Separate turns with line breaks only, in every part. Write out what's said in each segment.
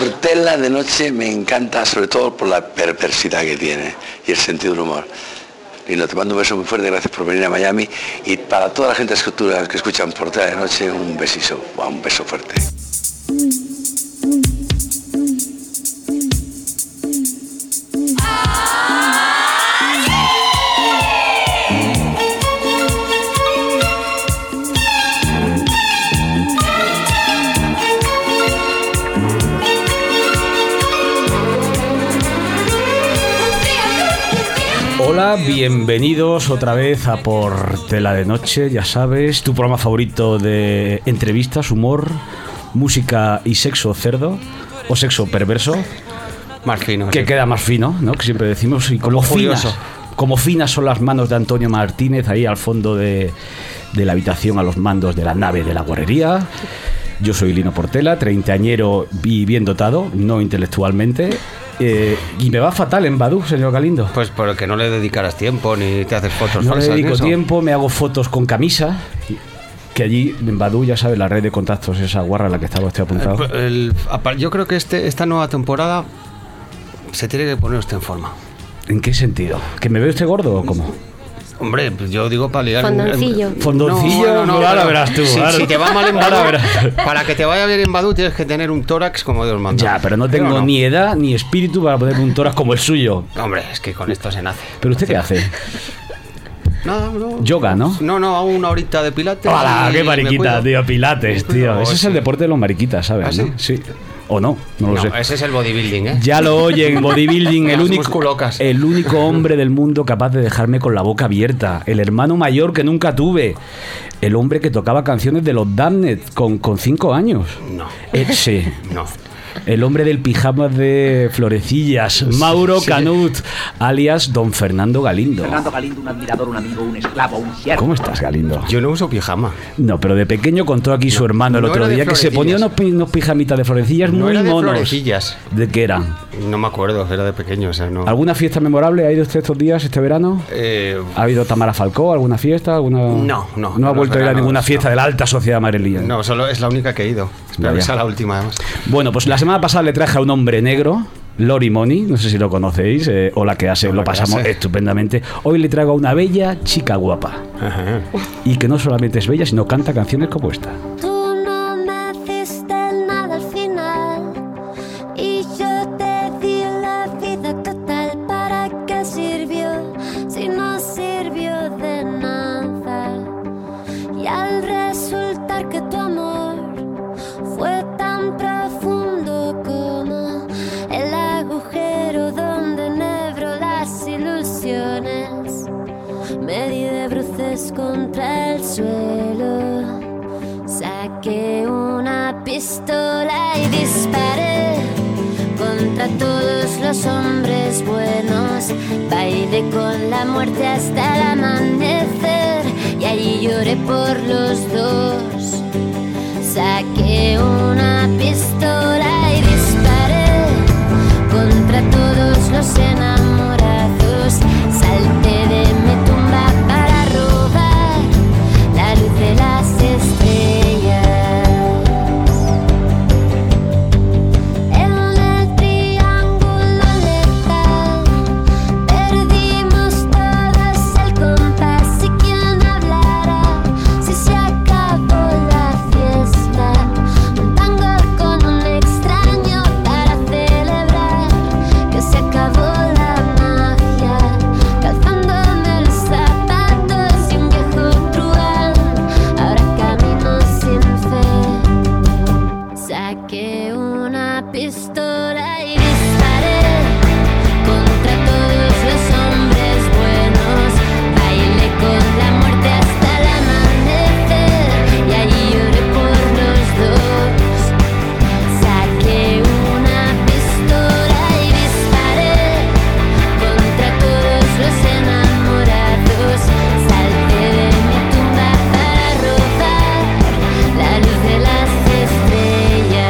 Portela de noche me encanta, sobre todo por la perversidad que tiene y el sentido del humor. Lindo, te mando un beso muy fuerte, gracias por venir a Miami y para toda la gente escultura que escuchan Portela de noche, un besiso, un beso fuerte.
Hola, bienvenidos otra vez a Por Tela de Noche, ya sabes, tu programa favorito de entrevistas, humor, música y sexo cerdo o sexo perverso,
Más fino.
que
sí.
queda más fino, ¿no? Que siempre decimos, y como, finas,
furioso.
como finas son las manos de Antonio Martínez ahí al fondo de, de la habitación a los mandos de la nave de la guarrería. Yo soy Lino Portela, treintañero y bien dotado, no intelectualmente, eh, y me va fatal en Badú, señor Galindo.
Pues porque no le dedicarás tiempo ni te haces fotos
No le
Pues falsas, ni
dedico
eso.
tiempo, me hago fotos con camisa. Que allí en Badu, ya sabes, la red de contactos, esa guarra a la que estaba estoy
Eh,
apuntado.
El- apa- yo creo que este, esta nueva temporada se tiene que poner usted en forma.
¿En qué sentido? ¿Que me ve usted gordo o cómo?
Hombre, pues yo digo para liar.
Fondoncillo.
Fondoncillo, ahora
pero
verás tú,
Si,
ahora-
si te va mal en
ahora
Badoo,
verás.
para que te vaya bien en Badu tienes que tener un tórax como Dios manda.
Ya, pero no tengo
no.
ni edad ni espíritu para poner un toras como el suyo.
Hombre, es que con esto se nace.
¿Pero usted qué hace?
Nada, no.
Yoga, ¿no?
No, no, hago una horita de pilates.
¡Hala!
y
¡Qué
me cuido.
mariquita, tío! Pilates, tío.
No,
Ese es el
sí.
deporte de los mariquitas, ¿sabes?
¿Ah, sí?
no? Sí. O no, no lo
No,
sé.
ese es el bodybuilding, ¿eh?
Ya lo oyen, bodybuilding, el
Las
único,
musculocas.
el único hombre del mundo capaz de dejarme con la boca abierta. El hermano mayor que nunca tuve. El hombre que tocaba canciones de los Damned con, con cinco años.
No,
Eh, sí.
no.
El hombre del pijama de florecillas, Mauro Canut, alias Don Fernando Galindo.
Fernando Galindo, un admirador, un amigo, un esclavo, un siervo.
¿Cómo estás, Galindo?
Yo no uso pijama.
No, pero de pequeño contó aquí su hermano el
no
otro
era de
día que se ponía unos,
florecillas.
pi- unos pijamitas de florecillas
No
muy
era de
monos.
florecillas.
¿De qué eran?
No me acuerdo, era de pequeño, o sea, no.
¿Alguna fiesta memorable ha ido usted estos días, este verano?
Eh,
¿Ha habido Tamara Falcó, alguna fiesta? Alguna...
No, no,
No ha
los
vuelto a ir a
veranos,
ninguna
no.
fiesta de la alta sociedad madrileña.
no, solo es la única que he ido. Espero
Vaya.
que sea la última, además.
Bueno, pues la semana pasada le traje a un hombre negro, Lori Moni, no sé si lo conocéis, eh, o la que hace, lo
que
pasamos
hace.
estupendamente. Hoy le traigo a una bella chica guapa. Y que no solamente es bella, sino canta canciones como esta.
Tú no me hiciste nada al final y yo te di la vida total para qué sirvió si no sirvió de nada y al resultar que tu amor fue tan profundo como el agujero donde enhebró las ilusiones me di de bruces contra el suelo Saqué una pistola y disparé contra todos los hombres buenos. Bailé con la muerte hasta el amanecer y allí lloré por los dos. Saqué una pistola y disparé contra todos los enamorados. Salté de mi tumba para robar la luz de las estrellas. En el triángulo letal perdimos todos el compás. ¿Y quién hablará si se acabó la fiesta? Un tango con un extraño para celebrar que se acabó la magia. Calzándome los zapatos y un viejo truán. Ahora camino sin fe. Saqué una pistola y disparé contra todos los hombres buenos. Bailé con la muerte hasta el amanecer y allí lloré por los dos. Saqué una pistola y disparé contra todos los enamorados. Salté de mi tumba para robar la luz de las estrellas.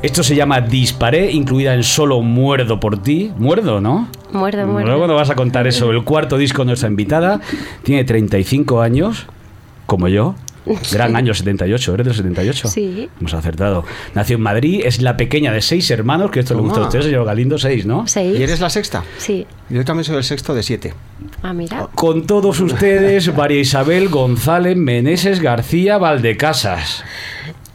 Esto se llama Disparé, incluida en Solo Muerdo por ti. Muerdo, ¿no?
Muerdo, muerdo.
Luego nos vas a contar eso. El cuarto disco de nuestra invitada tiene 35 años, como yo. Gran año 78, ¿eres del 78?
Sí.
Hemos acertado. Nació en Madrid, es la pequeña de seis hermanos, que esto le gusta a
Toma.
usted, señor Galindo, seis, ¿no?
Seis.
¿Y eres la sexta?
Sí.
Yo también soy el sexto de siete.
Ah, mira.
Con todos ustedes, María Isabel González Meneses García Valdecasas.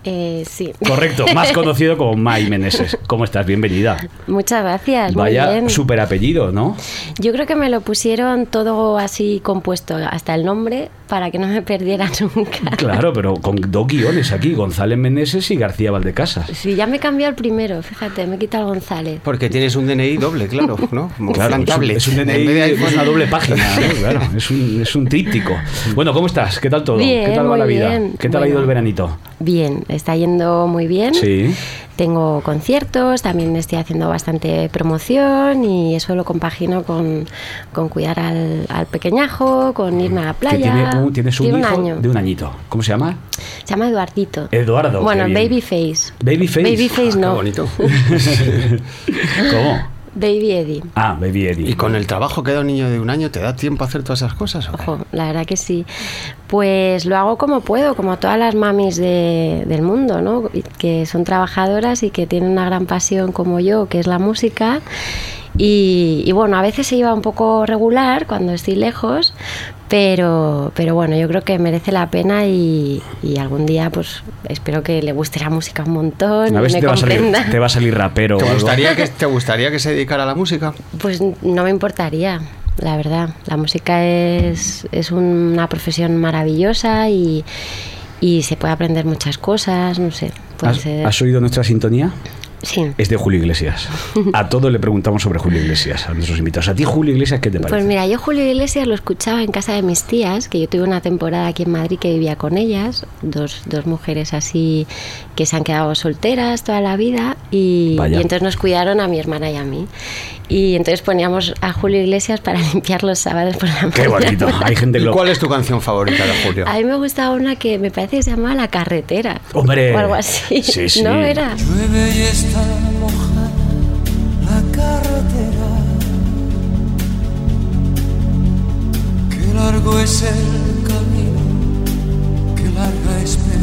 Eh, sí.
Correcto, más conocido como May Meneses. ¿Cómo estás? Bienvenida.
Muchas gracias. muy
Vaya
bien.
super apellido, ¿no?
Yo creo que me lo pusieron todo así compuesto, hasta el nombre, para que no me perdiera nunca.
Claro, pero con dos guiones aquí, González Meneses y García Valdecasas.
Sí, ya me cambió el primero, fíjate, me quita el González.
Porque tienes un DNI doble, claro, ¿no? Como
Claro, es un,
plantable.
es un
En
DNI,
vez de
es
iPhone-
una doble página, ¿no? Claro, es un, es un tríptico. Bueno, ¿cómo estás? ¿Qué tal todo?
Bien,
¿Qué tal va
muy
la vida?
bien.
¿Qué tal ha ido
Bueno.
el veranito?
Bien, está yendo muy bien.
Sí.
Tengo conciertos, también estoy haciendo bastante promoción y eso lo compagino con, con cuidar al, al pequeñajo, con irme a la playa.
Que tiene un, tienes un
Tiene
hijo
año.
de un añito. ¿Cómo se llama?
Se llama Eduardito.
Eduardo,
Bueno,
qué bien.
Babyface.
Babyface.
Babyface
Qué
no.
bonito.
¿Cómo?
Baby Eddie.
Ah, Baby Eddie.
Y con el trabajo que da un niño de un año, ¿te da tiempo a hacer todas esas cosas? o qué?
Ojo, la verdad que sí. Pues lo hago como puedo, como todas las mamis de- del mundo, ¿no? Y Que son trabajadoras y que tienen una gran pasión como yo, que es la música. Y, y bueno, a veces se lleva un poco regular cuando estoy lejos, pero, pero bueno, yo creo que merece la pena y, y algún día pues espero que le guste la música un montón,
a ver
y
si
me
te va a, salir,
comprenda.
te va a salir rapero. o
¿Te
algo.
gustaría, que, ¿Te gustaría que se dedicara a la música?
Pues no me importaría, la verdad. La música es, es una profesión maravillosa y, y se puede aprender muchas cosas, no sé. Puede
¿Has,
ser.
has oído nuestra sintonía?
sí.
Es de Julio Iglesias. A todos le preguntamos sobre Julio Iglesias, a nuestros invitados. ¿A ti, Julio Iglesias, qué te parece?
Pues mira, yo Julio Iglesias lo escuchaba en casa de mis tías, que yo tuve una temporada aquí en Madrid que vivía con ellas, dos, dos mujeres así que se han quedado solteras toda la vida y,
Vaya.
y entonces nos cuidaron a mi hermana y a mí. Y entonces poníamos a Julio Iglesias para limpiar los sábados por la mañana.
Qué bonito. Hay gente que
¿Y
lo.
cuál es tu canción favorita de Julio?
A mí me gustaba una que me parece que se llamaba La Carretera.
Hombre.
O algo así.
Sí, sí.
¿No era?
Llueve y está mojada la carretera. Qué largo es el camino, qué larga espera.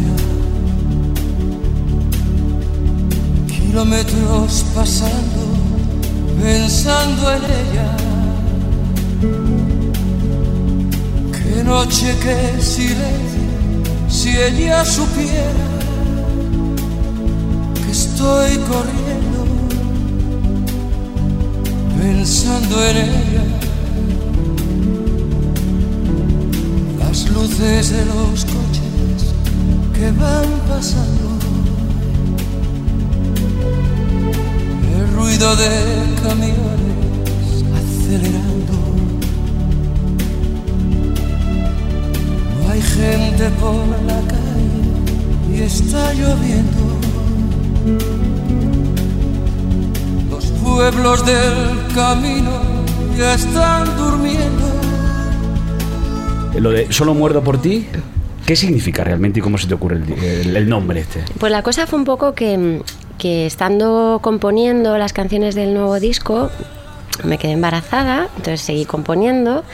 Kilómetros pasando, pensando en ella. Qué noche, qué silencio, si ella supiera que estoy corriendo pensando en ella. Las luces de los coches que van pasando. El ruido de camiones acelerando. No hay gente por la calle y está lloviendo. Los pueblos del camino ya están durmiendo.
Lo de solo muerdo por ti, ¿qué significa realmente y cómo se te ocurre el, el- el nombre este?
Pues la cosa fue un poco que, que estando componiendo las canciones del nuevo disco, me quedé embarazada, entonces seguí componiendo.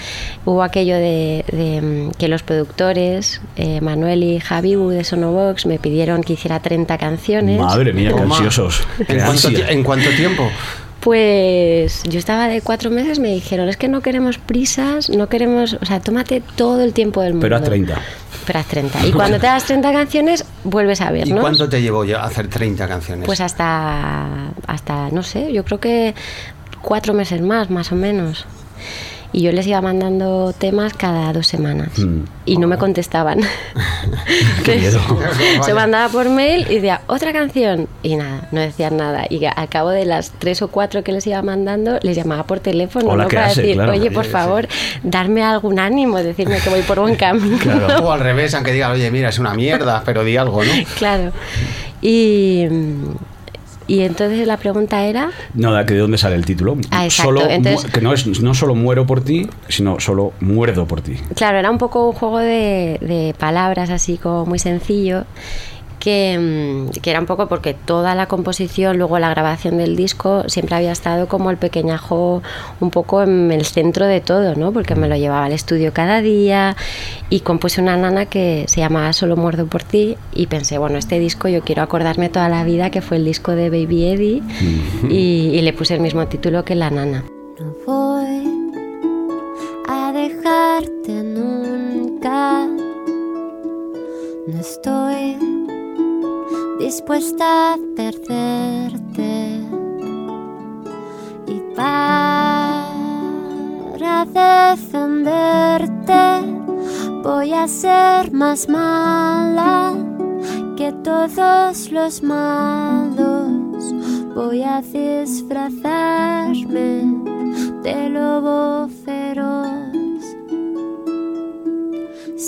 Hubo aquello de, de, mm, que los productores, eh, Manuel y Javibu de Sonobox, me pidieron que hiciera 30 canciones.
Madre mía, qué
Toma.
ansiosos. Qué
¿En cuánto,
ansia.
ti- en cuánto tiempo?
Pues yo estaba de cuatro meses, me dijeron, es que no queremos prisas, no queremos, o sea, tómate todo el tiempo del mundo.
Pero haz 30.
Pero haz 30. Y cuando te das 30 canciones, vuelves a
¿Y
vernos.
cuánto te llevó ya a hacer 30 canciones?
Pues hasta, hasta, no sé, yo creo que cuatro meses más, más o menos. Y yo les iba mandando temas cada dos semanas.
Mm.
Y no me contestaban.
Qué miedo.
Se
Vaya.
mandaba por mail y decía, otra canción. Y nada, no decían nada. Y al cabo de las tres o cuatro que les iba mandando, les llamaba por teléfono
Hola,
¿no?
¿qué
para
hace?
decir,
Claro.
oye, por
Sí, sí.
favor, darme algún ánimo, decirme que voy por buen camino.
O al revés, aunque digan, oye, mira, es una mierda, pero di algo, ¿no?
Claro. Y, y entonces la pregunta era...
Nada, que de dónde sale el título.
Ah, exacto,
Solo mu-
entonces-
que no es no solo muero por ti, sino solo muerdo por ti.
Claro, era un poco un juego de, de palabras así como muy sencillo que, mm, que era un poco porque toda la composición, luego la grabación del disco, siempre había estado como el pequeñajo un poco en el centro de todo, ¿no? Porque me lo llevaba al estudio cada día y compuse una nana que se llamaba Solo muerdo por ti y pensé, bueno, este disco yo quiero acordarme toda la vida que fue el disco de Baby Eddie y, y le puse el mismo título que la nana.
No voy a dejarte nunca. No estoy dispuesta a perderte. Y para defenderte voy a ser más mala que todos los malos. Voy a disfrazarme de lobo feroz.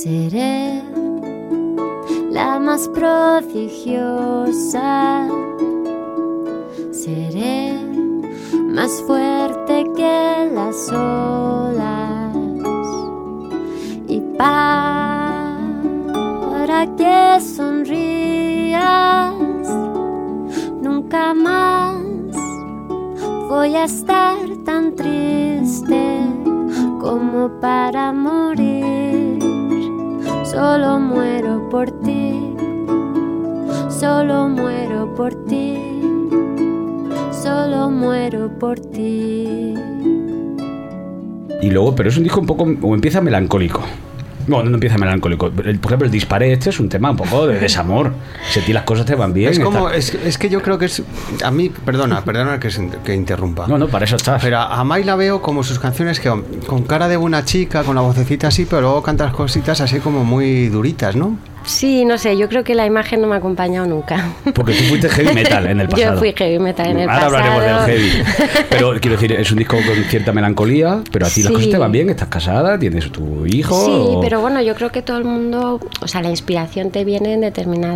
Seré la más prodigiosa. Seré más fuerte que las olas. Y para que sonrías, nunca más voy a estar tan triste como para morir. Solo muero por ti, solo muero por ti, solo muero por ti.
Y luego, pero es un disco un poco, o empieza melancólico. No, no empieza melancólico. El- Por ejemplo, el disparé este es un tema un poco de desamor. Si a ti las cosas te van bien.
es como,
está-
es, es que yo creo que es. A mí, perdona, perdona que, se- que interrumpa.
No, no, para eso estás.
Pero a Mai la veo como sus canciones que con cara de una chica, con la vocecita así, pero luego canta las cositas así como muy duritas, ¿no?
Sí, no sé, yo creo que la imagen no me ha acompañado nunca.
Porque tú fuiste heavy metal en el
Yo
pasado.
fui heavy metal en el
Ahora hablaremos
pasado.
del heavy. Pero quiero decir, es un disco con cierta melancolía, pero a ti las
Sí.
cosas te van bien, estás casada, tienes tu hijo.
Sí,
o-
pero bueno, yo creo que todo el mundo, o sea, la inspiración te viene en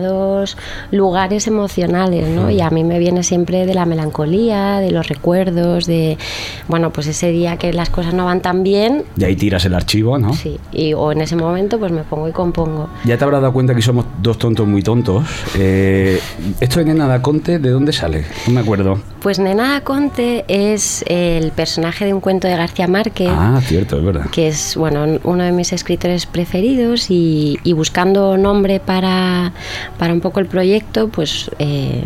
determinados lugares emocionales, ¿no? Y a mí me viene siempre de la melancolía, de los recuerdos, de, bueno, pues ese día que las cosas no van tan bien,
Y ahí tiras el archivo, ¿no?
sí, y, o en ese momento pues me pongo y compongo.
Ya te habrás dado cuenta que somos dos tontos muy tontos. Eh, esto de Nena da Conte, ¿de dónde sale? No me acuerdo.
Pues Nena Conte es el personaje de un cuento de García Márquez.
Ah, cierto, es verdad.
Eh, que es bueno un- uno de mis escritores preferidos y, y buscando nombre para, para un poco el proyecto, pues eh,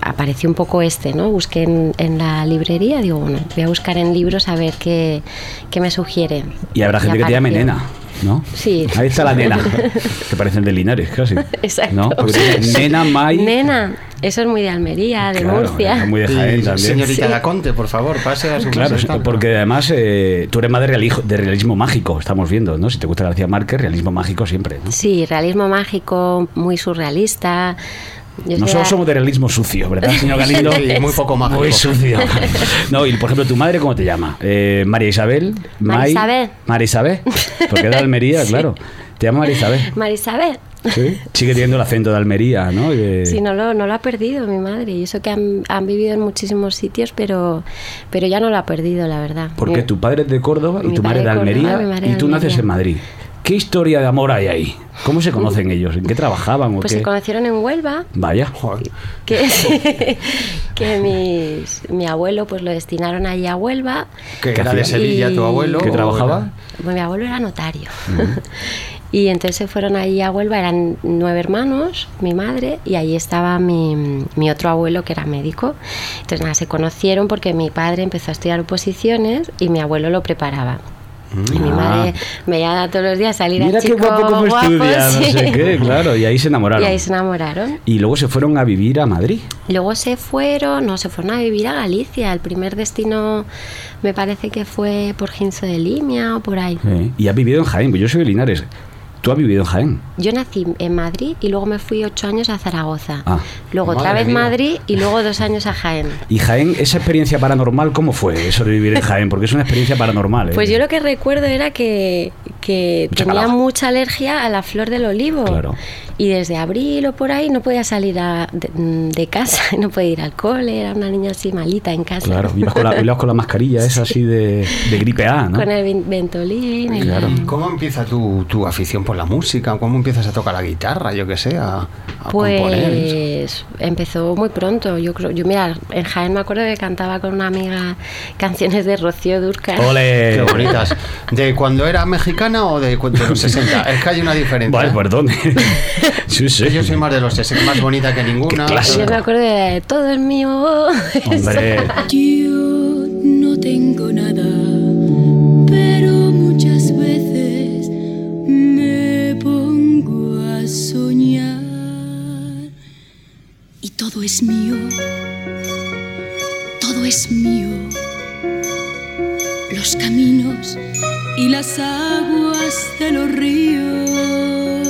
apareció un poco este, ¿no? Busqué en, en la librería, digo, bueno, voy a buscar en libros a ver qué, qué me sugiere.
Y habrá gente que te llame
apareció.
Nena, ¿no?
Sí.
Ahí está la Nena, que parecen de Linares casi.
Exacto.
¿No? Porque tiene Nena, Mai...
Nena, eso es muy de Almería, de
Claro,
Murcia.
es muy de Jaén
Y
¿eh? también.
señorita la Conte, por favor, pase a su
Claro,
mesa,
sí,
tal.
porque además eh, tú eres más de, reali- de realismo mágico, estamos viendo, ¿no? Si te gusta García Márquez, realismo mágico siempre. ¿no?
Sí, realismo mágico, muy surrealista. Yo soy
Nosotros
a-
somos de realismo sucio, ¿verdad, señor Galindo?
Sí, muy poco mágico.
Muy sucio. No, y por ejemplo, ¿tu madre cómo te llama? Eh, María Isabel. Mai-
María Isabel.
María Isabel. Porque es de Almería, claro. Te llama María Isabel.
Marisabel.
Sí. Sigue teniendo el acento de Almería, ¿no? Y de-
Sí, no lo, no lo ha perdido mi madre. Y eso que han, han vivido en muchísimos sitios, pero, pero ya no lo ha perdido, la verdad. Mm.
Porque
Mi-
tu padre es de Córdoba y
Mi
tu madre
padre
de
de
Almería
Córdoba, mi madre de
y tú naces
Almería.
en Madrid. ¿Qué historia de amor hay ahí? ¿Cómo se conocen ellos? ¿En qué trabajaban o
Pues
qué?
se conocieron en Huelva,
Vaya. Ah.
Joder.
que, que mis- mi abuelo pues lo destinaron allí a Huelva.
Que
¿Qué
era de
hacía?
Sevilla tu
Y-
abuelo.
¿Qué
o
trabajaba?
era-
Bueno, mi abuelo era notario. Y entonces se fueron allí a Huelva, eran nueve hermanos, mi madre, y ahí estaba mi, mi otro abuelo que era médico. Entonces nada, se conocieron porque mi padre empezó a estudiar oposiciones y mi abuelo lo preparaba. Y mi
Ah.
madre veía todos los días salir
Mira
a
qué
chico
guapo como
guapo,
estudia,
sí.
no sé qué, claro. Y ahí se
Y
enamoraron.
ahí se enamoraron.
Y luego se fueron a vivir a Madrid.
Luego se fueron, no, se fueron a vivir a Galicia. El primer destino me parece que fue por Ginzo de Limia o por ahí.
Y has vivido en Jaén, pues yo soy de Linares. Tú has vivido en Jaén.
Yo nací en Madrid y luego me fui ocho años a Zaragoza.
Ah.
luego otra
Madre
vez
mía.
Madrid y luego dos años a Jaén.
Y Jaén, esa experiencia paranormal, ¿cómo fue eso de vivir en Jaén? Porque es una experiencia paranormal. ¿eh?
Pues yo lo que recuerdo era que, que
Mucha
tenía
calada.
mucha alergia a la flor del olivo.
Claro.
Y desde abril o por ahí no podía salir a- de, de casa, no podía ir al cole, era una niña así malita en casa.
Claro, ibas con la, ibas con la mascarilla esa así de, de gripe A, ¿no?
Con el ven- ventolín. y-
Claro.
¿Cómo empieza tu, tu afición por la música? ¿Cómo empiezas a tocar la guitarra? Yo qué sé, a, a componer.
Pues empezó muy pronto. Yo creo, yo mira, en Jaén me acuerdo que cantaba con una amiga canciones de Rocío Durca.
¡Ole!
Qué bonitas. ¿De cuando era mexicana o de, cu- de los 60? Es que hay una diferencia.
Vale, perdón. sí, sí.
¿eh? Yo soy más de los 60, más bonita que ninguna.
Qué clásico.
Yo me acuerdo de todo es mío.
Hombre,
Yo no tengo nada, pero muchas veces me pongo a soñar y todo es mío, todo es mío, los caminos y las aguas de los ríos,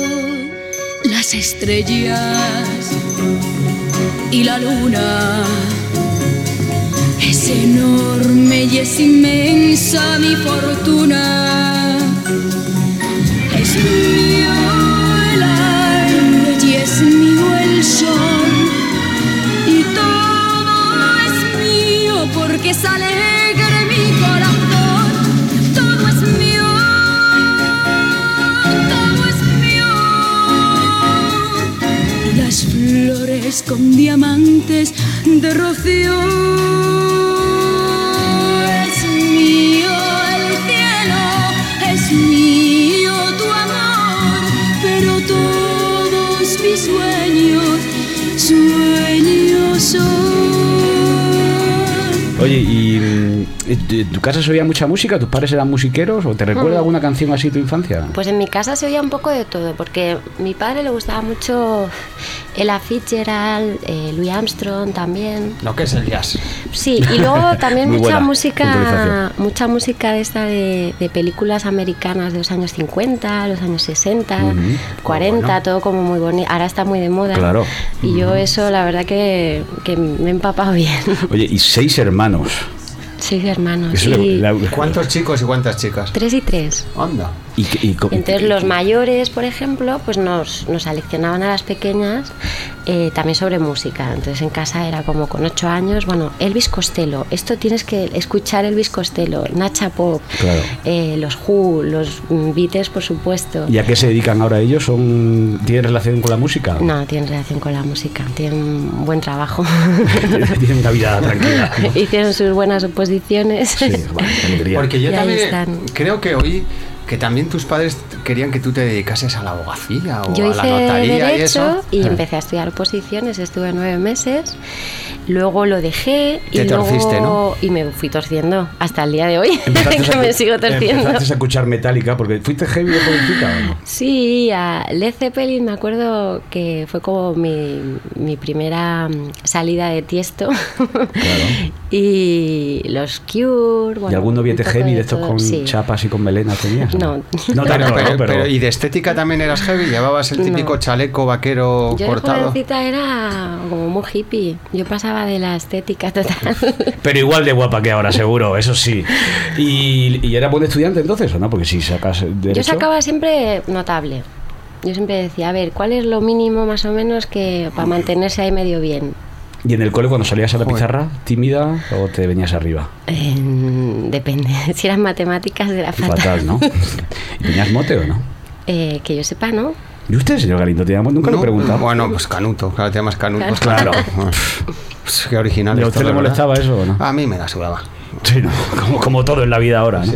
las estrellas y la luna. Es enorme y es inmensa mi fortuna. Es mío el aire y es mío el sol. Y todo es mío porque es alegre mi corazón. Todo es mío. Todo es mío las flores con diamantes de rocío. Es mío el cielo, es mío tu amor, pero todos mis sueños, sueños son.
oye, ¿y mm, en tu casa se oía mucha música? ¿Tus padres eran musiqueros? ¿O te recuerda alguna canción así tu infancia?
Mm. Pues en mi casa se oía un poco de todo, porque a mi padre le gustaba mucho Ella Fitzgerald, eh, Louis Armstrong también.
Lo que es el jazz.
Sí, y luego también
Muy
mucha
buena
música,
puntualización.
mucha música de esta de, de películas americanas de los años 50, los años 60,
Ujú.
40, todo como muy bonito. Ahora está muy de moda.
Claro.
Y yo eso, la verdad que, que me he empapado bien.
Oye, y seis hermanos.
Seis hermanos.
Eso
y
le- la-
¿Cuántos chicos y cuántas chicas?
Tres y tres.
Anda.
y que- y co-
Entonces los mayores, por ejemplo, pues nos, nos aleccionaban a las pequeñas eh, también sobre música. Entonces en casa era como con ocho años, bueno, Elvis Costello, esto tienes que escuchar Elvis Costello, Nacha Pop,
Claro.
eh, los Who, los mm, Beatles, por supuesto.
¿Y a qué se dedican ahora ellos? ¿Son, ¿Tienen relación con la música?
No, tienen relación con la música, tienen un buen trabajo.
Tienen una vida tranquila. ¿no?
Hicieron sus buenas oposiciones.
Sí, vale, qué alegría.
Porque yo
Y ahí
también
están.
creo que oí que también tus padres querían que tú te dedicases a la abogacía o
Yo
a la
hice
notaría y
derecho
eso.
y,
Ah.
empecé a estudiar oposiciones, estuve nueve meses, luego lo dejé y
Te
luego
torciste, ¿no?
y me fui torciendo hasta el día de hoy,
Empezaste
que
a-
me sigo torciendo.
Empezaste a escuchar Metallica porque fuiste heavy de jovencita o no?
Sí, a Led Zeppelin me acuerdo que fue como mi, mi primera mm, salida de tiesto. y los Cure.
¿Y
bueno,
algún noviete
un poco
heavy de estos
todo,
con
sí.
chapas y con melena tenías?
No.
No tanto,
Pero, pero-
¿no? Pero-
pero- y de estética también eras heavy, llevabas el típico
No.
chaleco vaquero
Yo de
cortado.
jovencita era como muy hippie. Yo pasaba de la estética total.
Pero igual de guapa que ahora, seguro, eso sí. ¿Y, y era buen estudiante entonces o no? Porque si sacas derecho...
Yo sacaba siempre notable. Yo siempre decía, a ver, ¿cuál es lo mínimo más o menos que para mantenerse ahí medio bien?
¿Y en el cole cuando salías a la
Joder.
pizarra, tímida o te venías arriba?
Eh, depende. Si eran matemáticas era fatal.
Fatal, ¿no? ¿Y tenías mote o no?
Eh, que yo sepa, ¿no.
¿Y usted, señor Galindo, tenía mote? Nunca lo
No,
he preguntado.
Bueno, pues canuto, Pues claro, te llamas canuto.
Claro.
Claro.
Pff, Qué original.
¿Y a
esto,
usted le
la verdad. Ah.
molestaba eso o no?
A mí me la sudaba.
Sí, no, como, como todo en la vida ahora, ¿no?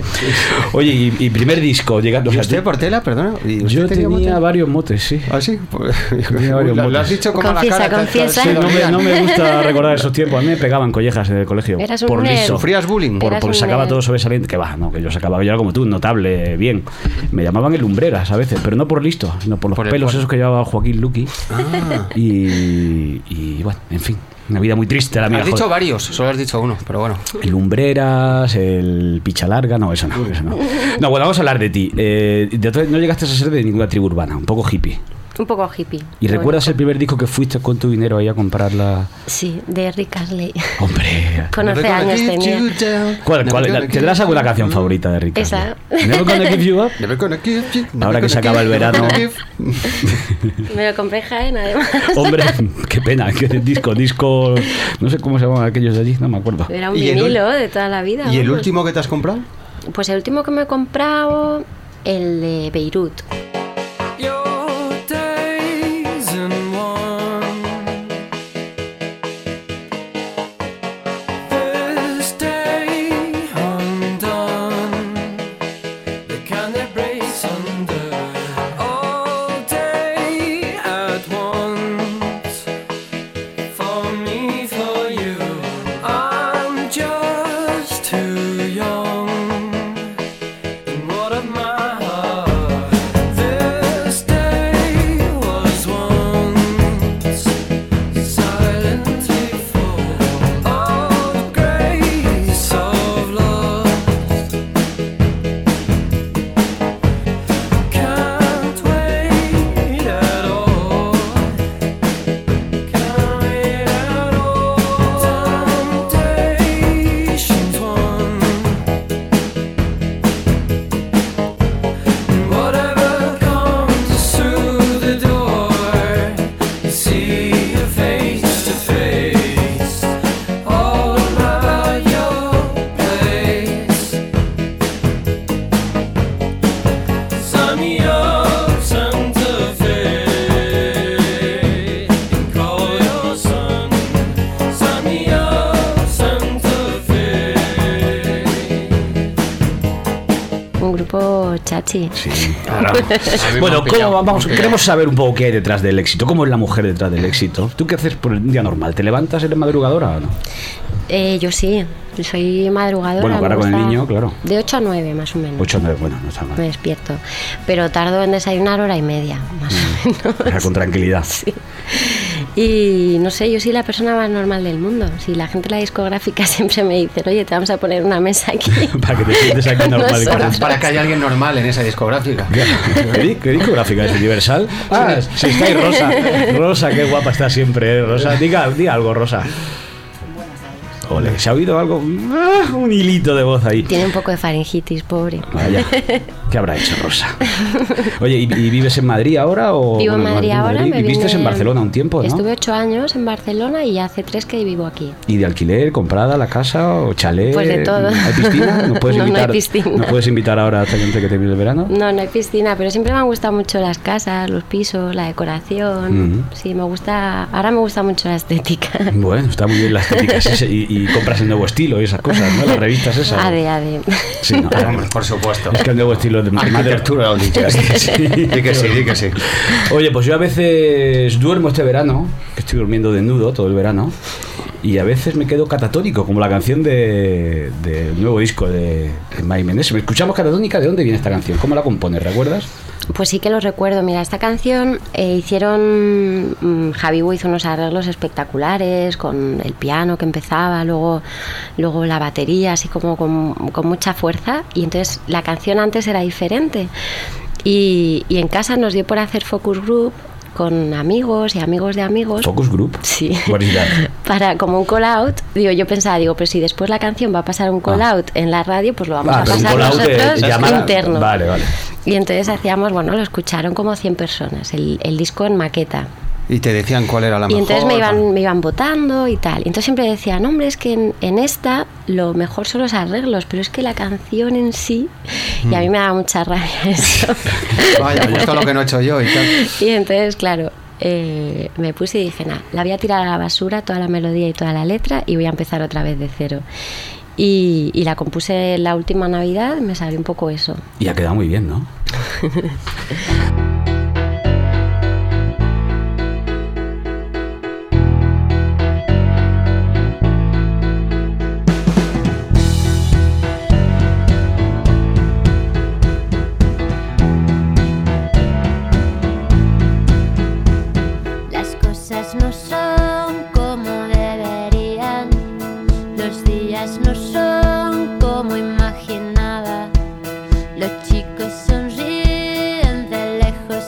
Oye, y, y primer disco, llegando... o
¿Y
sea,
usted
tú-
por tela, perdona? ¿Y usted
yo tenía
mote?
varios motes, sí.
¿Ah, sí? Pues-
Tenía varios
lo, lo
motes.
has dicho como
Confiesa,
la cara. te- te-
confiesa.
se
Sí,
lo
no me,
olvidan.
no me gusta recordar esos tiempos. A mí me pegaban collejas en el colegio.
Eras un
por
nerd.
liso.
¿Sufrías bullying?
Por,
Eras
porque
un
sacaba
nerd.
todo sobresaliente. Que va, no, que yo sacaba, yo era como tú, notable, bien. Me llamaban el lumbreras a veces, pero no por listo, sino por los
Por el
pelos
cuerpo.
esos que llevaba Joaquín Luqui.
Ah.
Y, y bueno, en fin. Una vida muy triste la mía.
Has dicho
joder.
varios, solo has dicho uno, pero bueno.
El lumbreras, el pichalarga, no, eso no, eso no. No, bueno, vamos a hablar de ti. Eh, de otra- no llegaste a ser de ninguna tribu urbana, un poco hippie.
Un poco hippie.
¿Y recuerdas el primer disco que fuiste con tu dinero ahí a comprarla?
Sí, de Rick Astley.
Hombre.
Con 11 años tenía.
¿Cuál, cuál, la- ¿Tendrás alguna canción favorita de Rick?
Esa.
Astley? Never gonna give you up. Ahora que se acaba el verano.
Me lo compré en Jaén, además.
Hombre, qué pena, que disco, disco, no sé cómo se llamaban aquellos de allí, no me acuerdo.
Era un
¿Y el ul-
vinilo de toda la vida.
¿Y el
vamos.
último que te has comprado?
Pues el último que me he comprado, el de Beirut.
Your days in one. This day undone. The can they brace under all day at once. For me, for you, I'm just too young. And what of my heart? This day was once silently full of grace of love. Can't wait at all. Can't wait at all. Temptations won. Whatever comes through the door, see you face to face. All about your place. Sunny up Santa Fe. Call your son. Sunny up Santa Fe.
Un grupo chachi.
Ah. Bueno, ¿cómo vamos? queremos saber un poco qué hay detrás del éxito, cómo es la mujer detrás del éxito. ¿Tú qué haces por un día normal? ¿Te levantas, eres madrugadora o no?
Eh, yo sí, soy madrugadora.
Bueno, ahora
me
con el
gusta-
niño, claro.
De 8 a 9 más o menos.
8 9, bueno, no está
Me
mal.
despierto. Pero tardo en desayunar hora y media, más o menos.
O sea, Mm. con tranquilidad.
Y no sé, yo soy la persona más normal del mundo. Si la gente de la discográfica siempre me dice, oye, te vamos a poner una mesa aquí.
Para que te sientes aquí normal.
Nosotros.
Claro.
Para que haya alguien normal en esa discográfica.
¿Qué, di- qué discográfica es Universal? Ah, sí, está ahí Rosa. Rosa, qué guapa está siempre, ¿eh? Rosa. Diga, di algo, Rosa. Ole, ¿se ha oído algo? Ah, un hilito de voz ahí.
Tiene un poco de faringitis, pobre.
Vaya, ¿qué habrá hecho Rosa? Oye, ¿y, y vives en Madrid ahora o...?
Vivo en
bueno,
Madrid ahora. me
Viviste
vine-
en Barcelona un tiempo, ¿no?
Estuve ocho años en Barcelona y hace tres que vivo aquí.
¿Y de alquiler, comprada la casa o chalet?
Pues de todo.
¿Hay piscina? ¿Nos puedes
No, no hay
invitar,
piscina.
¿nos puedes invitar ahora a esta gente que te viene el verano?
No, no hay piscina, pero siempre me han gustado mucho las casas, los pisos, la decoración.
Ujú.
Sí, me gusta. Ahora me gusta mucho la estética.
Bueno, está muy bien las técnicas y, y compras el nuevo estilo y esas cosas, ¿no? Las revistas esas.
ADE, ADE.
Sí, no,
Hombre, por supuesto.
es que el nuevo estilo de
Arquitectura, lo dicho. Di que sí, di que sí.
Oye, pues yo a veces duermo este verano, que estoy durmiendo desnudo todo el verano, y a veces me quedo catatónico, como la canción de- del nuevo disco de, de Mai Menezes. ¿Me escuchamos catatónica? ¿De dónde viene esta canción? ¿Cómo la compones? ¿Recuerdas?
Pues sí que lo recuerdo. Mira, esta canción eh, hicieron. mm, Javi Wu hizo unos arreglos espectaculares con el piano que empezaba, luego, luego la batería, así como con, con mucha fuerza. Y entonces la canción antes era diferente. Y, y en casa nos dio por hacer focus group con amigos y amigos de amigos.
Focus Group.
Pues Sí.
What is that?
Para como un call out, digo, yo pensaba, digo, pero si después la canción va a pasar un call
Ah.
out en la radio, pues lo vamos
Ah,
a
pero un
pasar
call out de- de
nosotros
llamada.
interno.
Vale, vale.
Y entonces hacíamos, bueno, lo escucharon como 100 personas, el, el disco en maqueta.
Y te decían cuál era la
y
mejor.
entonces me iban, me iban votando y tal. Y entonces siempre decían, hombre, es que en, en esta lo mejor son los arreglos, pero es que la canción en sí, y a
Mm.
mí me daba mucha rabia eso.
Vaya, justo lo que no he hecho yo y tal.
Y entonces, claro, eh, me puse y dije, nada, la voy a tirar a la basura, toda la melodía y toda la letra, y voy a empezar otra vez de cero. Y, y la compuse la última Navidad, me salió un poco eso.
Y ha quedado muy bien, ¿no?
Las cosas no son como deberían, los días no son como imaginaba, los chicos sonríen de lejos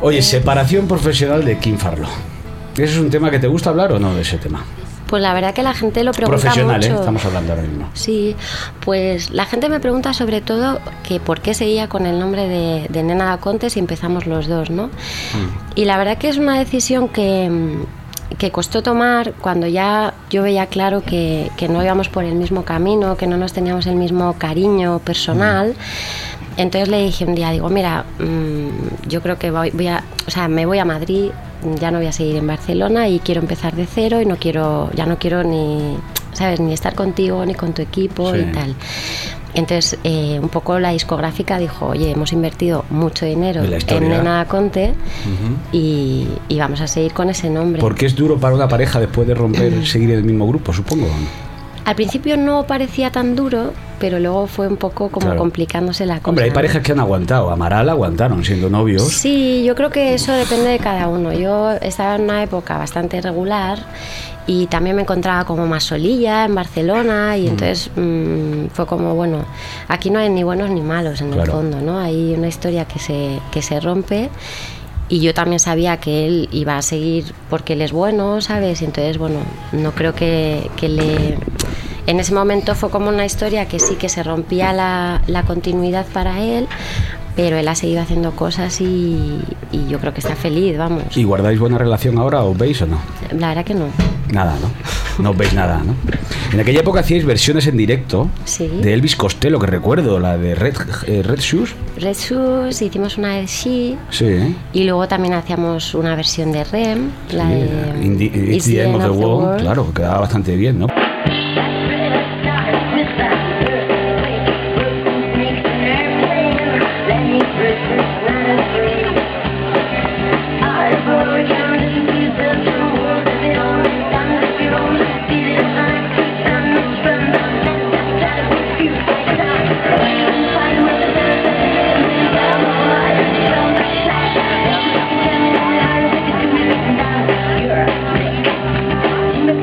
Oye, separación profesional de Kim Farlow. ¿Ese es un tema que te gusta hablar o no de ese tema?
Pues la verdad que la gente lo pregunta
profesional,
mucho.
¿eh? Estamos hablando ahora mismo.
Sí, pues la gente me pregunta sobre todo que por qué seguía con el nombre de, de Nena da Conte si empezamos los dos, ¿no? Y la verdad que es una decisión que, mm, que costó tomar cuando ya yo veía claro que, que no íbamos por el mismo camino, que no nos teníamos el mismo cariño personal. Entonces le dije un día, digo, mira, mm, yo creo que voy, voy a, o sea, me voy a Madrid, ya no voy a seguir en Barcelona y quiero empezar de cero y no quiero, ya no quiero ni, sabes, ni estar contigo ni con tu equipo
Sí.
y tal. Entonces, eh, un poco la discográfica dijo, oye, hemos invertido mucho dinero
De la
en
historia.
Nena Conte y, y vamos a seguir con ese nombre.
Porque es duro para una pareja después de romper, seguir el mismo grupo, supongo.
Al principio no parecía tan duro, pero luego fue un poco como
Claro.
complicándose la cosa.
Hombre, hay
¿no?
parejas que han aguantado. Amaral aguantaron siendo novios.
Sí, yo creo que eso depende de cada uno. Yo estaba en una época bastante regular y también me encontraba como más solilla en Barcelona y entonces mm, fue como, bueno, aquí no hay ni buenos ni malos en el
Claro.
fondo, ¿no? Hay una historia que se, que se rompe y yo también sabía que él iba a seguir porque él es bueno, ¿sabes? Y entonces, bueno, no creo que, que le... En ese momento fue como una historia que sí que se rompía la, la continuidad para él, pero él ha seguido haciendo cosas y, y yo creo que está feliz, vamos.
¿Y guardáis buena relación ahora? ¿Os veis o no?
La verdad que no.
Nada, ¿no? No os veis nada, ¿no? En aquella época hacíais versiones en directo
Sí.
de Elvis Costello, que recuerdo, la de Red, eh, Red Shoes.
Red Shoes, hicimos una de She
Sí, ¿eh?
y luego también hacíamos una versión de Rem, la
Sí,
de
In the- It's um, the end of the world. Claro, que quedaba bastante bien, ¿no?
oh,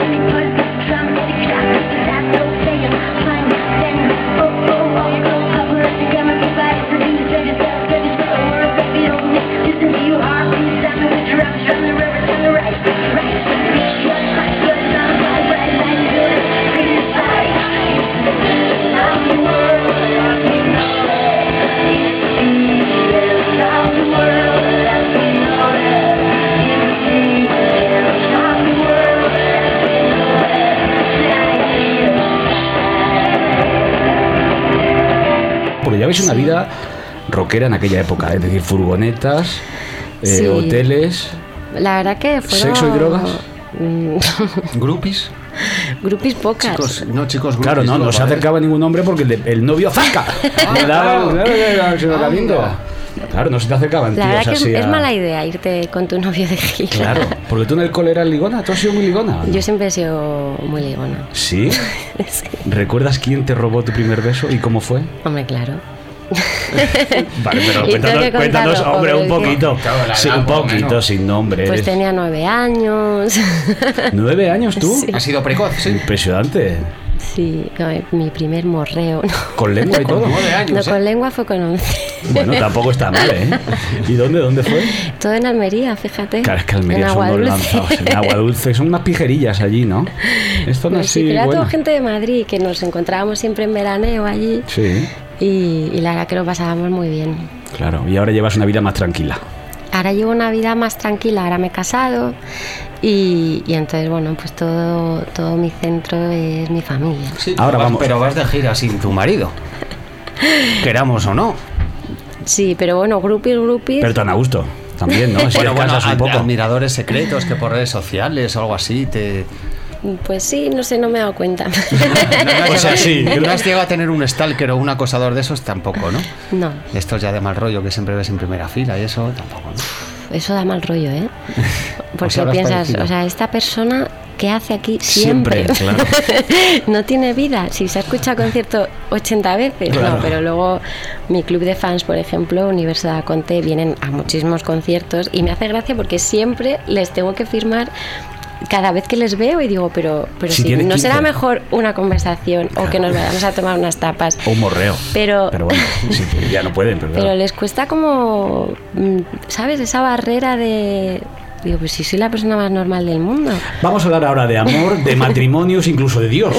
Porque ya veis una vida rockera en aquella época, ¿eh? es decir, furgonetas, eh,
Sí.
hoteles.
La verdad que fueron...
¿Sexo y drogas?
Mm,
¿Groupies?
Grupis pocas.
Chicos, no, chicos, groupies.
Claro, no, no se
¿vale?
acercaba ningún hombre porque el, de- el novio ¡Zasca! Le daba-
claro.
le daba- se lo
Anda.
caliento. Claro, no se te acercaban
La
tíos
verdad que es,
así
es
a-
mala idea irte con tu novio de gira.
ah. Claro, porque tú en el cole eras ligona, tú has sido muy ligona. o no?
Yo siempre he sido muy ligona.
¿Sí?
Sí.
¿Recuerdas quién te robó tu primer beso y cómo fue?
Hombre, claro.
Vale,
Y tengo que contarlo, porque-
Sí, un poquito, sin nombre.
Pues
eres-
tenía nueve años.
¿Nueve años tú?
Sí.
Ha sido precoz, sí.
Impresionante.
sí, no, mi primer morreo. No,
Con lengua y todo.
Nueve
No,
años, ¿eh?
con lengua fue con once.
Bueno, tampoco está mal, ¿eh? ¿Y dónde, dónde fue?
Todo en Almería, fíjate.
Claro, es que Almería
en
son unos
Aguadulce.
lanzados. En agua dulce, son unas pijerillas allí, ¿no? Es zona
Pues sí,
así.
pero era todo
buena.
gente de Madrid que nos encontrábamos siempre en veraneo allí
Sí,
y, y la verdad que lo pasábamos muy bien.
claro. Y ahora llevas una vida más tranquila.
Ahora llevo una vida más tranquila, ahora me he casado y, y entonces, bueno, pues todo, todo mi centro es mi familia.
Sí,
Ahora
vas-
vamos.
Pero vas de gira sin tu marido. Queramos o no.
Sí, pero bueno, grupis, grupis.
Pero tan a gusto. También,
Pues
¿no? Si descansas un
ad-
poco.
admiradores secretos que por redes sociales o algo así te...
Pues sí, no sé, no me he dado cuenta.
O sea, sí.
No has llegado a tener un stalker o un acosador de esos tampoco, ¿no?
no,
Estos ya de mal rollo que siempre ves en primera fila y eso tampoco, ¿no?
eso da mal rollo, ¿eh? Porque
O sea, lo has
piensas,
parecido.
o sea, esta persona que hace aquí siempre,
Siempre,
no tiene vida. Si se ha escuchado concierto 80 veces,
Claro.
no, pero luego mi club de fans, por ejemplo, Universidad Conte, vienen a muchísimos conciertos y me hace gracia porque siempre les tengo que firmar cada vez que les veo y digo, pero, pero
Si
si
tienes
no
15.
será mejor una conversación o que nos vayamos a tomar unas tapas.
O un morreo.
Pero-
Pero bueno, sí, ya no pueden, pero,
Pero
claro.
les cuesta como, mm, ¿sabes? Esa barrera de... Digo, pues si soy la persona más normal del mundo.
Vamos a hablar ahora de amor, de matrimonios, incluso de Dios.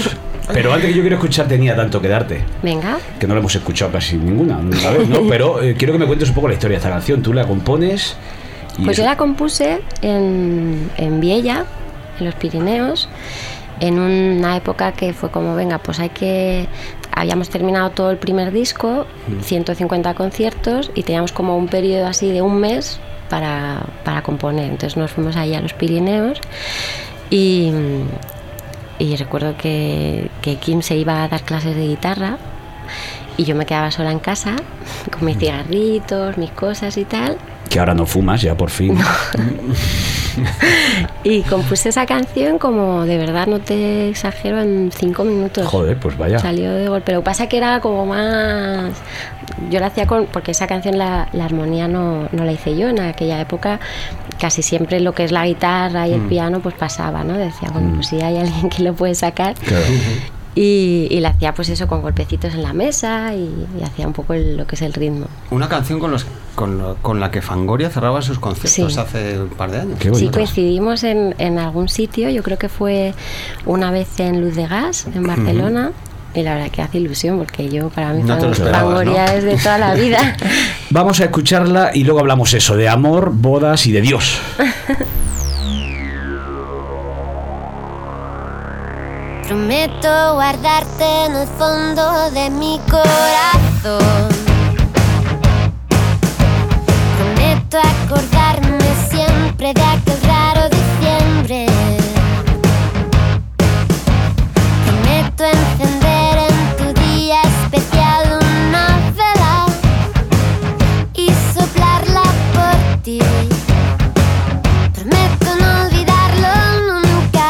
Pero antes que yo quiero escuchar, tenía tanto que darte.
Venga.
Que no la hemos escuchado casi ninguna, nunca vez, ¿no? Pero eh, quiero que me cuentes un poco la historia de esta canción. Tú la compones. y es-
Pues yo la compuse en, en Viella, en los Pirineos, en una época que fue como, venga, pues hay que... Habíamos terminado todo el primer disco, 150 conciertos, y teníamos como un periodo así de un mes para, para componer. Entonces nos fuimos allí a los Pirineos y, y recuerdo que, que Kim se iba a dar clases de guitarra y yo me quedaba sola en casa con mis cigarritos, mis cosas y tal.
Que ahora no fumas, ya por fin.
Y compuse esa canción como, de verdad, no te exagero, en cinco minutos.
Joder, pues vaya.
Salió de golpe. Lo que pasa que era como más... Yo la hacía con... Porque esa canción, la, la armonía no, no la hice yo en aquella época. Casi siempre lo que es la guitarra y el
Mm.
piano, pues pasaba, ¿no? Decía, bueno, pues si hay alguien que lo puede sacar.
Claro.
Y, y la hacía pues eso, con golpecitos en la mesa y, y hacía un poco el- lo que es el ritmo.
Una canción con, los, con, lo- con la que Fangoria cerraba sus conciertos
Sí.
hace un par de años.
Qué
Sí,
bonito.
coincidimos en, en algún sitio, yo creo que fue una vez en Luz de Gas, en Barcelona, y la verdad que hace ilusión, porque yo para mí
No te lo
Fango-
esperabas,
Fangoria
¿no?
es de toda la vida.
Vamos a escucharla y luego hablamos eso, de amor, bodas y de Dios.
Prometo guardarte en el fondo de mi corazón. Prometo acordarme siempre de aquel raro diciembre. Prometo encender en tu día especial una vela y soplarla por ti. Prometo no olvidarlo nunca.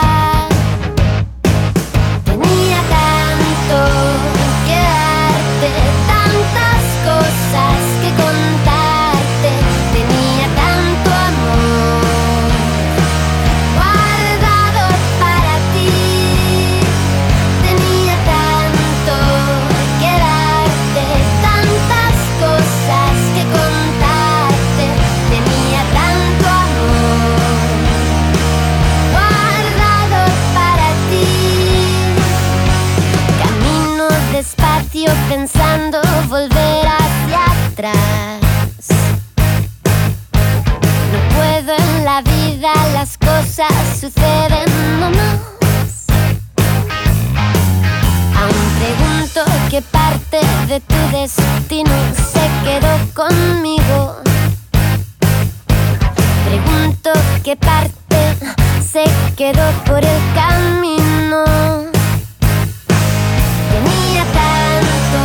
Tenía tanto que darte, tantas cosas que contarte. Tenía tanto amor guardado para ti. Tenía tanto que darte, tantas cosas que contarte. Tenía tanto amor guardado para ti. Camino despacio pensando volver hacia atrás. No puedo en la vida, las cosas suceden nomás. Aún pregunto qué parte de tu destino se quedó conmigo. Pregunto qué parte se quedó por el camino. Tenía tanto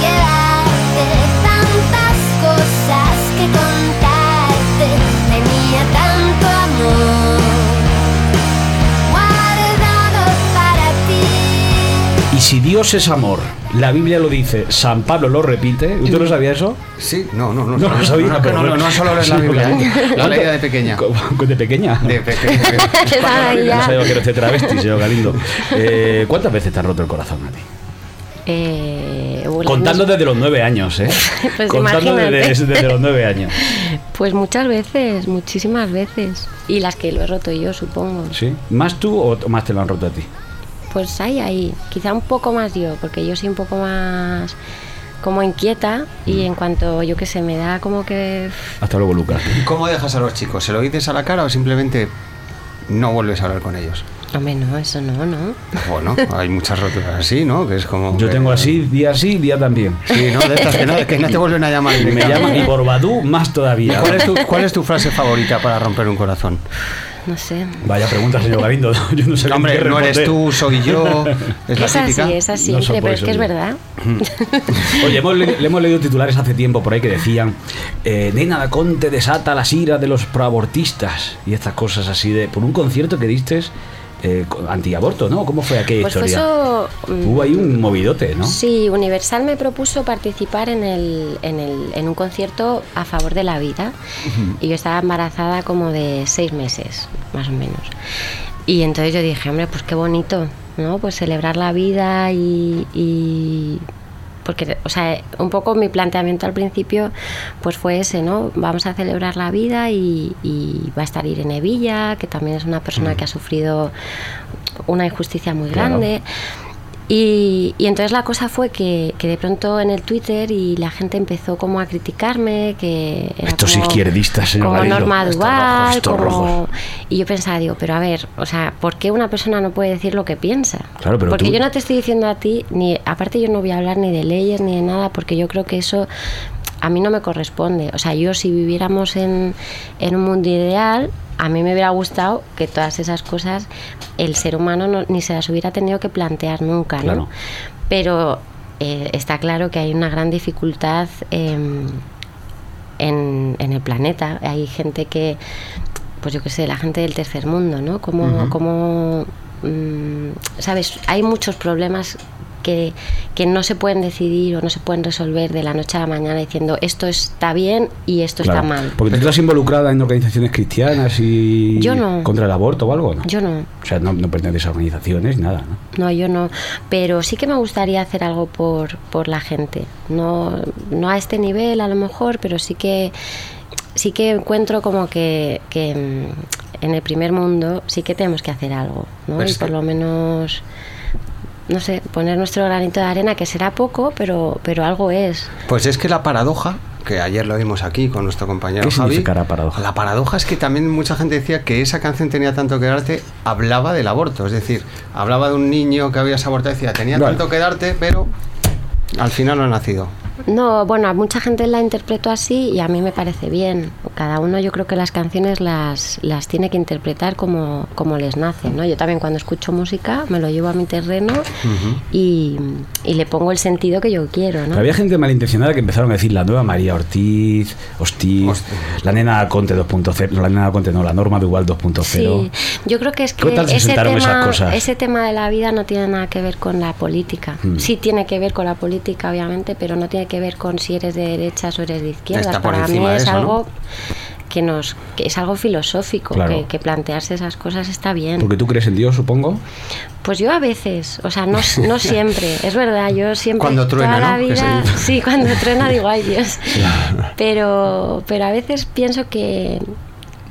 que darte, tantas cosas que contarte. Tenía tanto amor guardado para ti.
Y si Dios es amor, la Biblia lo dice, San Pablo lo repite. ¿Usted no sabía eso?
Sí, no, no, no.
No lo sabía.
No, no,
pero
no, no,
bueno.
no solo lees la
Sí,
Biblia, ¿eh?
claro.
la leía de pequeña.
Co- ¿De pequeña?
De pequeña.
Estaba
No
ya.
sabía que era usted travesti, señor Galindo. Eh, ¿Cuántas veces te han roto el corazón a ti?
Eh, bueno,
Contando desde los nueve años, ¿eh?
Pues
Contando desde,
imagínate.
desde los nueve años.
Pues muchas veces, muchísimas veces. Y las que lo he roto yo, supongo.
¿Sí? ¿Más tú o más te lo han roto a ti?
Pues hay ahí, quizá un poco más yo, porque yo soy un poco más como inquieta
Mm.
y en cuanto yo que sé, me da como que
Hasta luego, Lucas.
¿Cómo dejas a los chicos? ¿Se lo dices a la cara o simplemente no vuelves a hablar con ellos?
Hombre, no, eso no, ¿no?
Bueno, hay muchas roturas así, ¿no? Que es como.
Yo
que-
tengo así, día sí, día también.
Sí, ¿no? De estas que no, que no te vuelven a llamar.
Y me
directamente.
llaman y por Badú más todavía.
¿Cuál es, tu, cuál es tu frase favorita para romper un corazón?
No sé.
Vaya pregunta, señor Galindo. Yo no sé con
Hombre,
qué
no eres
responder.
tú, soy yo. Es la
Es
típica.
así, es así,
No se
pero
puede
es que es
soñar.
verdad.
Oye, hemos le, le hemos leído titulares hace tiempo por ahí que decían eh, Nena da Conte desata las iras de los proabortistas y estas cosas así de por un concierto que diste eh, co- antiaborto, ¿no? ¿Cómo fue aquella
Pues fue
historia?
eso, mm,
Hubo ahí un movidote, Uh, ¿no?
Sí, Universal me propuso participar en, el, en, el- en un concierto a favor de la vida y yo estaba embarazada como de seis meses, más o menos. Y entonces yo dije, hombre, pues qué bonito, ¿no? Pues celebrar la vida y... y- porque, o sea, un poco mi planteamiento al principio pues fue ese, ¿no? Vamos a celebrar la vida y, y va a estar Irene Villa, que también es una persona que ha sufrido una injusticia muy
Claro.
grande. Y, y entonces la cosa fue que, que de pronto en el Twitter y la gente empezó como a criticarme, que... era
Estos
como-
izquierdistas en
Como
Ogareiro,
Norma
estos
Duval,
rojos, estos
como-
rojos.
Y yo pensaba, digo, pero a ver, o sea, ¿por qué una persona no puede decir lo que piensa?
Claro, pero
porque
tú-
yo no te estoy diciendo a ti, ni aparte yo no voy a hablar ni de leyes ni de nada, porque yo creo que eso... A mí no me corresponde. O sea, yo si viviéramos en, en un mundo ideal, a mí me hubiera gustado que todas esas cosas el ser humano no- ni se las hubiera tenido que plantear nunca. ¿no?
Claro.
Pero eh, está claro que hay una gran dificultad em, en, en el planeta. Hay gente que, pues yo qué sé, la gente del tercer mundo, ¿no? Como, como mm, ¿sabes? Hay muchos problemas que, que no se pueden decidir o no se pueden resolver de la noche a la mañana diciendo esto está bien y esto
Claro.
está mal.
Porque tú estás involucrada en organizaciones cristianas y
Yo no.
contra el aborto o algo, ¿no?
Yo no.
O sea, no, no perteneces a organizaciones, nada, ¿no?
No, yo no. Pero sí que me gustaría hacer algo por, por la gente. No, no a este nivel a lo mejor, pero sí que sí que encuentro como que, que, mm, en el primer mundo sí que tenemos que hacer algo, ¿no?
Pues
y
sí.
por lo menos no sé, poner nuestro granito de arena, que será poco, pero, pero algo es.
Pues es que la paradoja, que ayer lo vimos aquí con nuestro compañero
¿Qué
Javi.
significará paradoja?
La paradoja es que también mucha gente decía que esa canción tenía tanto que darte, hablaba del aborto, es decir, hablaba de un niño que habías abortado, decía, tenía
Vale.
tanto que darte, pero al final no ha nacido.
No, bueno, a mucha gente la interpretó así y a mí me parece bien. Cada uno yo creo que las canciones las, las tiene que interpretar como, como les nace, ¿no? Yo también cuando escucho música me lo llevo a mi terreno y, y le pongo el sentido que yo quiero, ¿no?
Pero había gente malintencionada que empezaron a decir la nueva María Ortiz, Ortiz,
Hostia.
la nena Conte 2.0, no, la nena Conte no, la Norma Duval 2.0.
Sí, yo creo que es que
¿Qué tal se
ese
sentaron
tema,
esas cosas?
ese tema de la vida no tiene nada que ver con la política.
Mm.
Sí tiene que ver con la política, obviamente, pero no tiene que ver con si eres de derechas o eres de izquierdas.
Está por
Para mí
encima de
es
eso, ¿no?
algo que nos que es algo filosófico,
Claro.
que, que plantearse esas cosas está bien.
Porque tú crees en Dios, supongo.
Pues yo a veces, o sea, no, no siempre, es verdad, yo siempre
Cuando truena,
toda la
¿no? Que se
vida,
dice.
sí, cuando truena digo, ay Dios, pero, pero a veces pienso que,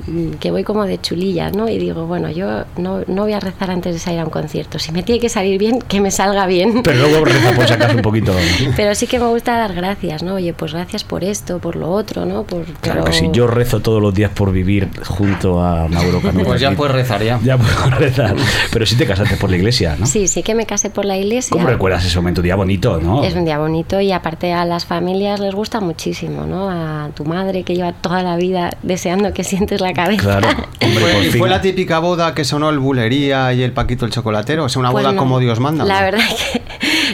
mm, que voy como de chulilla, ¿no? Y digo, bueno, yo no, no voy a rezar antes de salir a un concierto, si me tiene que salir bien, que me salga bien.
Pero luego reza por sacarse un poquito. ¿no?
Pero sí que me gusta dar gracias, ¿no? Oye, pues gracias por esto, por lo otro, ¿no? Por,
Claro
pero-
que sí, yo rezo todos los días por vivir junto a Mauro Canuto.
Pues
aquí.
rezar Pues ya.
Ya puedo rezar. Pero sí te casaste por la iglesia, ¿no?
Sí, sí que me casé por la iglesia.
¿Cómo recuerdas ese momento? Día bonito, ¿no?
Es un día bonito y aparte a las familias les gusta muchísimo, ¿no? A tu madre que lleva toda la vida deseando que sientes la cabeza.
Claro. Hombre, por
¿Y
fin.
fue la típica boda que sonó el bulería y el Paquito el chocolatero? O sea, una
Pues
boda
no.
como Dios manda.
La
¿no?
verdad que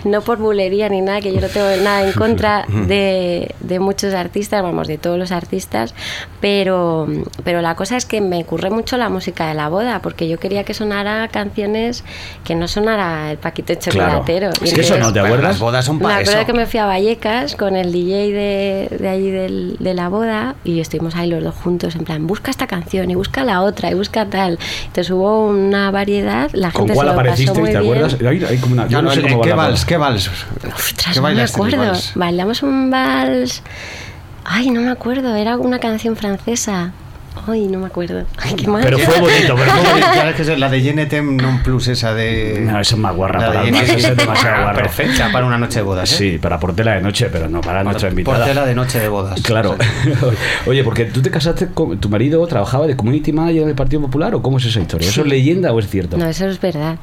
no por bulería ni nada, que yo no tengo nada en contra de, de muchos artistas, vamos, de todos los artistas, pero, pero la cosa es que me ocurre mucho la música de la boda, porque yo quería que sonara canciones que no sonara el Paquito el
Claro.
Chocolatero. Y
Es que eso
entonces-
no te
Bueno,
acuerdas.
Las bodas son
Me
para
acuerdo
eso.
que me fui a Vallecas con el DJ de, de ahí del- de la boda y estuvimos ahí los dos juntos en plan, busca esta canción y busca la otra y busca tal. Entonces hubo una variedad, la
¿Con
gente
cuál
se lo pasó
apareciste?
muy
¿Te
bien.
acuerdas? Hay, hay como una. yo
Ya
no
no,
sé
eh,
cómo va
¿Qué
la boda.
vals? ¿Qué vals?
Ostras,
¿Qué
no me
bailaste,
acuerdo.
vals?
Bailamos un vals... Ay, no me acuerdo, era una canción francesa. Ay, no me acuerdo. Ay, qué mal.
Pero fue bonito, pero fue bonito.
Claro, es que es la de Genetem non plus, esa de.
No, eso es más guarra
La
para
de
el vals,
Jenny
eso es
Tem.
demasiado guarro.
Perfecta para una noche de bodas. ¿eh?
Sí, para Portela de noche, pero no para nuestra invitada.
Portela de noche de bodas.
Claro. Oye, porque tú te casaste con tu marido trabajaba de community manager en el Partido Popular o cómo es esa historia? ¿Eso es leyenda o es cierto?
No, eso es verdad.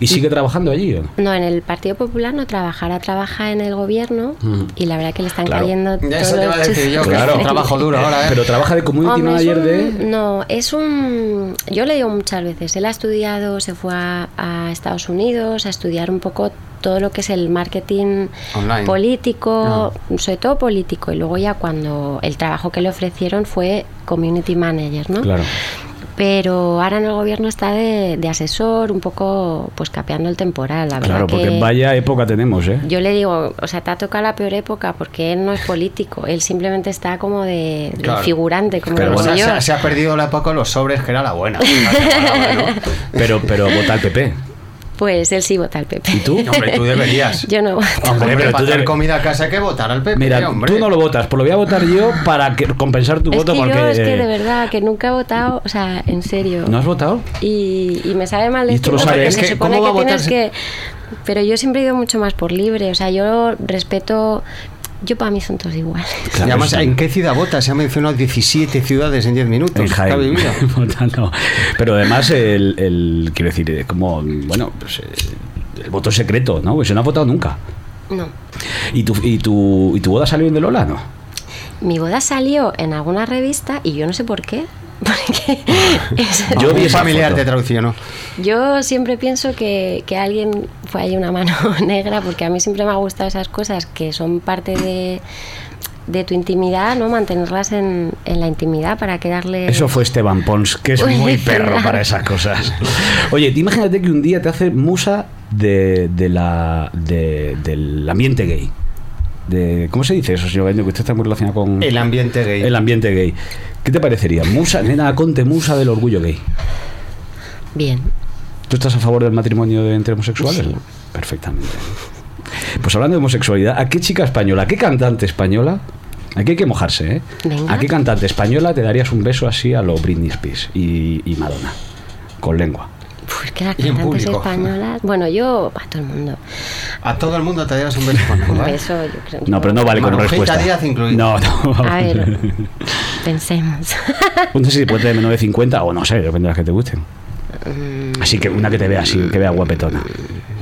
¿Y sigue trabajando allí o no?
No, en el Partido Popular no trabaja, ahora trabaja en el gobierno
Ujú.
y la verdad que le están
Mm. Claro.
cayendo
Ya
todos
eso te iba a
los
decir yo, que
Claro.
es un trabajo duro ahora, ¿eh?
Pero trabaja de community
Hombre, es
manager
un-
de
No, es un... Yo le digo muchas veces, él ha estudiado, se fue a, a Estados Unidos a estudiar un poco todo lo que es el marketing
Online.
político,
Ah.
sobre todo político, y luego ya cuando el trabajo que le ofrecieron fue community manager, ¿no?
Claro.
Pero ahora en el gobierno está de, de asesor, un poco pues capeando el temporal, la verdad.
Claro, porque
que-
vaya época tenemos, ¿eh?
yo le digo, o sea, te ha tocado la peor época porque él no es político, él simplemente está como de, de
Claro.
figurante, como
Pero
digo
bueno,
o sea,
yo.
se, ha- se ha perdido la época de los sobres, que era la buena. Bueno,
Pero, pero vota al PP.
Pues él sí vota al PP.
¿Y tú?
hombre, tú deberías.
Yo no voto.
Hombre,
Hombre,
pero tú
para hacer
debe-
comida a casa hay que votar al PP,
Mira,
hombre.
tú no lo votas, pues lo voy a votar yo para que- compensar tu
Es
voto
que
porque... eh,
yo es que de verdad que nunca he votado, o sea, en serio.
¿No has votado?
y, y me sabe mal
Y esto lo
decirlo
sabe
porque
él.
se
Es que,
supone
¿cómo
que
va a
tienes
votar
que pero yo siempre he ido mucho más por libre o sea yo respeto yo para mí son todos iguales
Y además,
Claro, sí.
¿en qué ciudad votas? Se han mencionado 17 ciudades en 10 minutos.
En Jaén.
Cabe vida.
Votando. Pero además, el, el- quiero decir, eh, como, bueno, pues, eh, el voto es secreto, ¿no? Pues yo no ha votado nunca.
no
¿Y tu, y tu, y tu boda salió en de Lola, no?
mi boda salió en alguna revista y yo no sé por qué porque es-
Yo vi
Un
esa
familiar
foto.
te traduccionó.
yo siempre pienso que, que alguien fue ahí una mano negra porque a mí siempre me ha gustado esas cosas que son parte de de tu intimidad, ¿no? Mantenerlas en, en la intimidad para que darle...
Eso fue Esteban Pons, que es
Uy,
muy perro
claro.
para esas cosas. Oye, tú imagínate que un día te hace musa de, de la, de- del ambiente gay. De, ¿Cómo se dice eso, señor Gaño? Que usted está muy relacionado con
El ambiente gay.
el ambiente gay. ¿Qué te parecería? Musa, nena Conte, musa del orgullo gay.
Bien.
¿Tú estás a favor del matrimonio de- entre homosexuales? Perfectamente. Pues hablando de homosexualidad, ¿a qué chica española, a qué cantante española? Aquí hay que mojarse, ¿eh?
Venga.
¿A qué cantante española te darías un beso así a lo Britney Spears y, y Madonna? Con lengua.
Pues que las
Y en
cantantes
público.
españolas. Bueno, yo a todo el mundo.
A todo el ¿eh? mundo te darías un beso.
Un
¿vale?
beso, yo creo.
No, pero no vale como
Marujita
respuesta.
Díaz incluida.
No, no.
A ver, pensemos.
No sé si puede tener menos de 50 o no sé, depende de las que te gusten.
Eh,
Así que una que te vea así, que vea guapetona.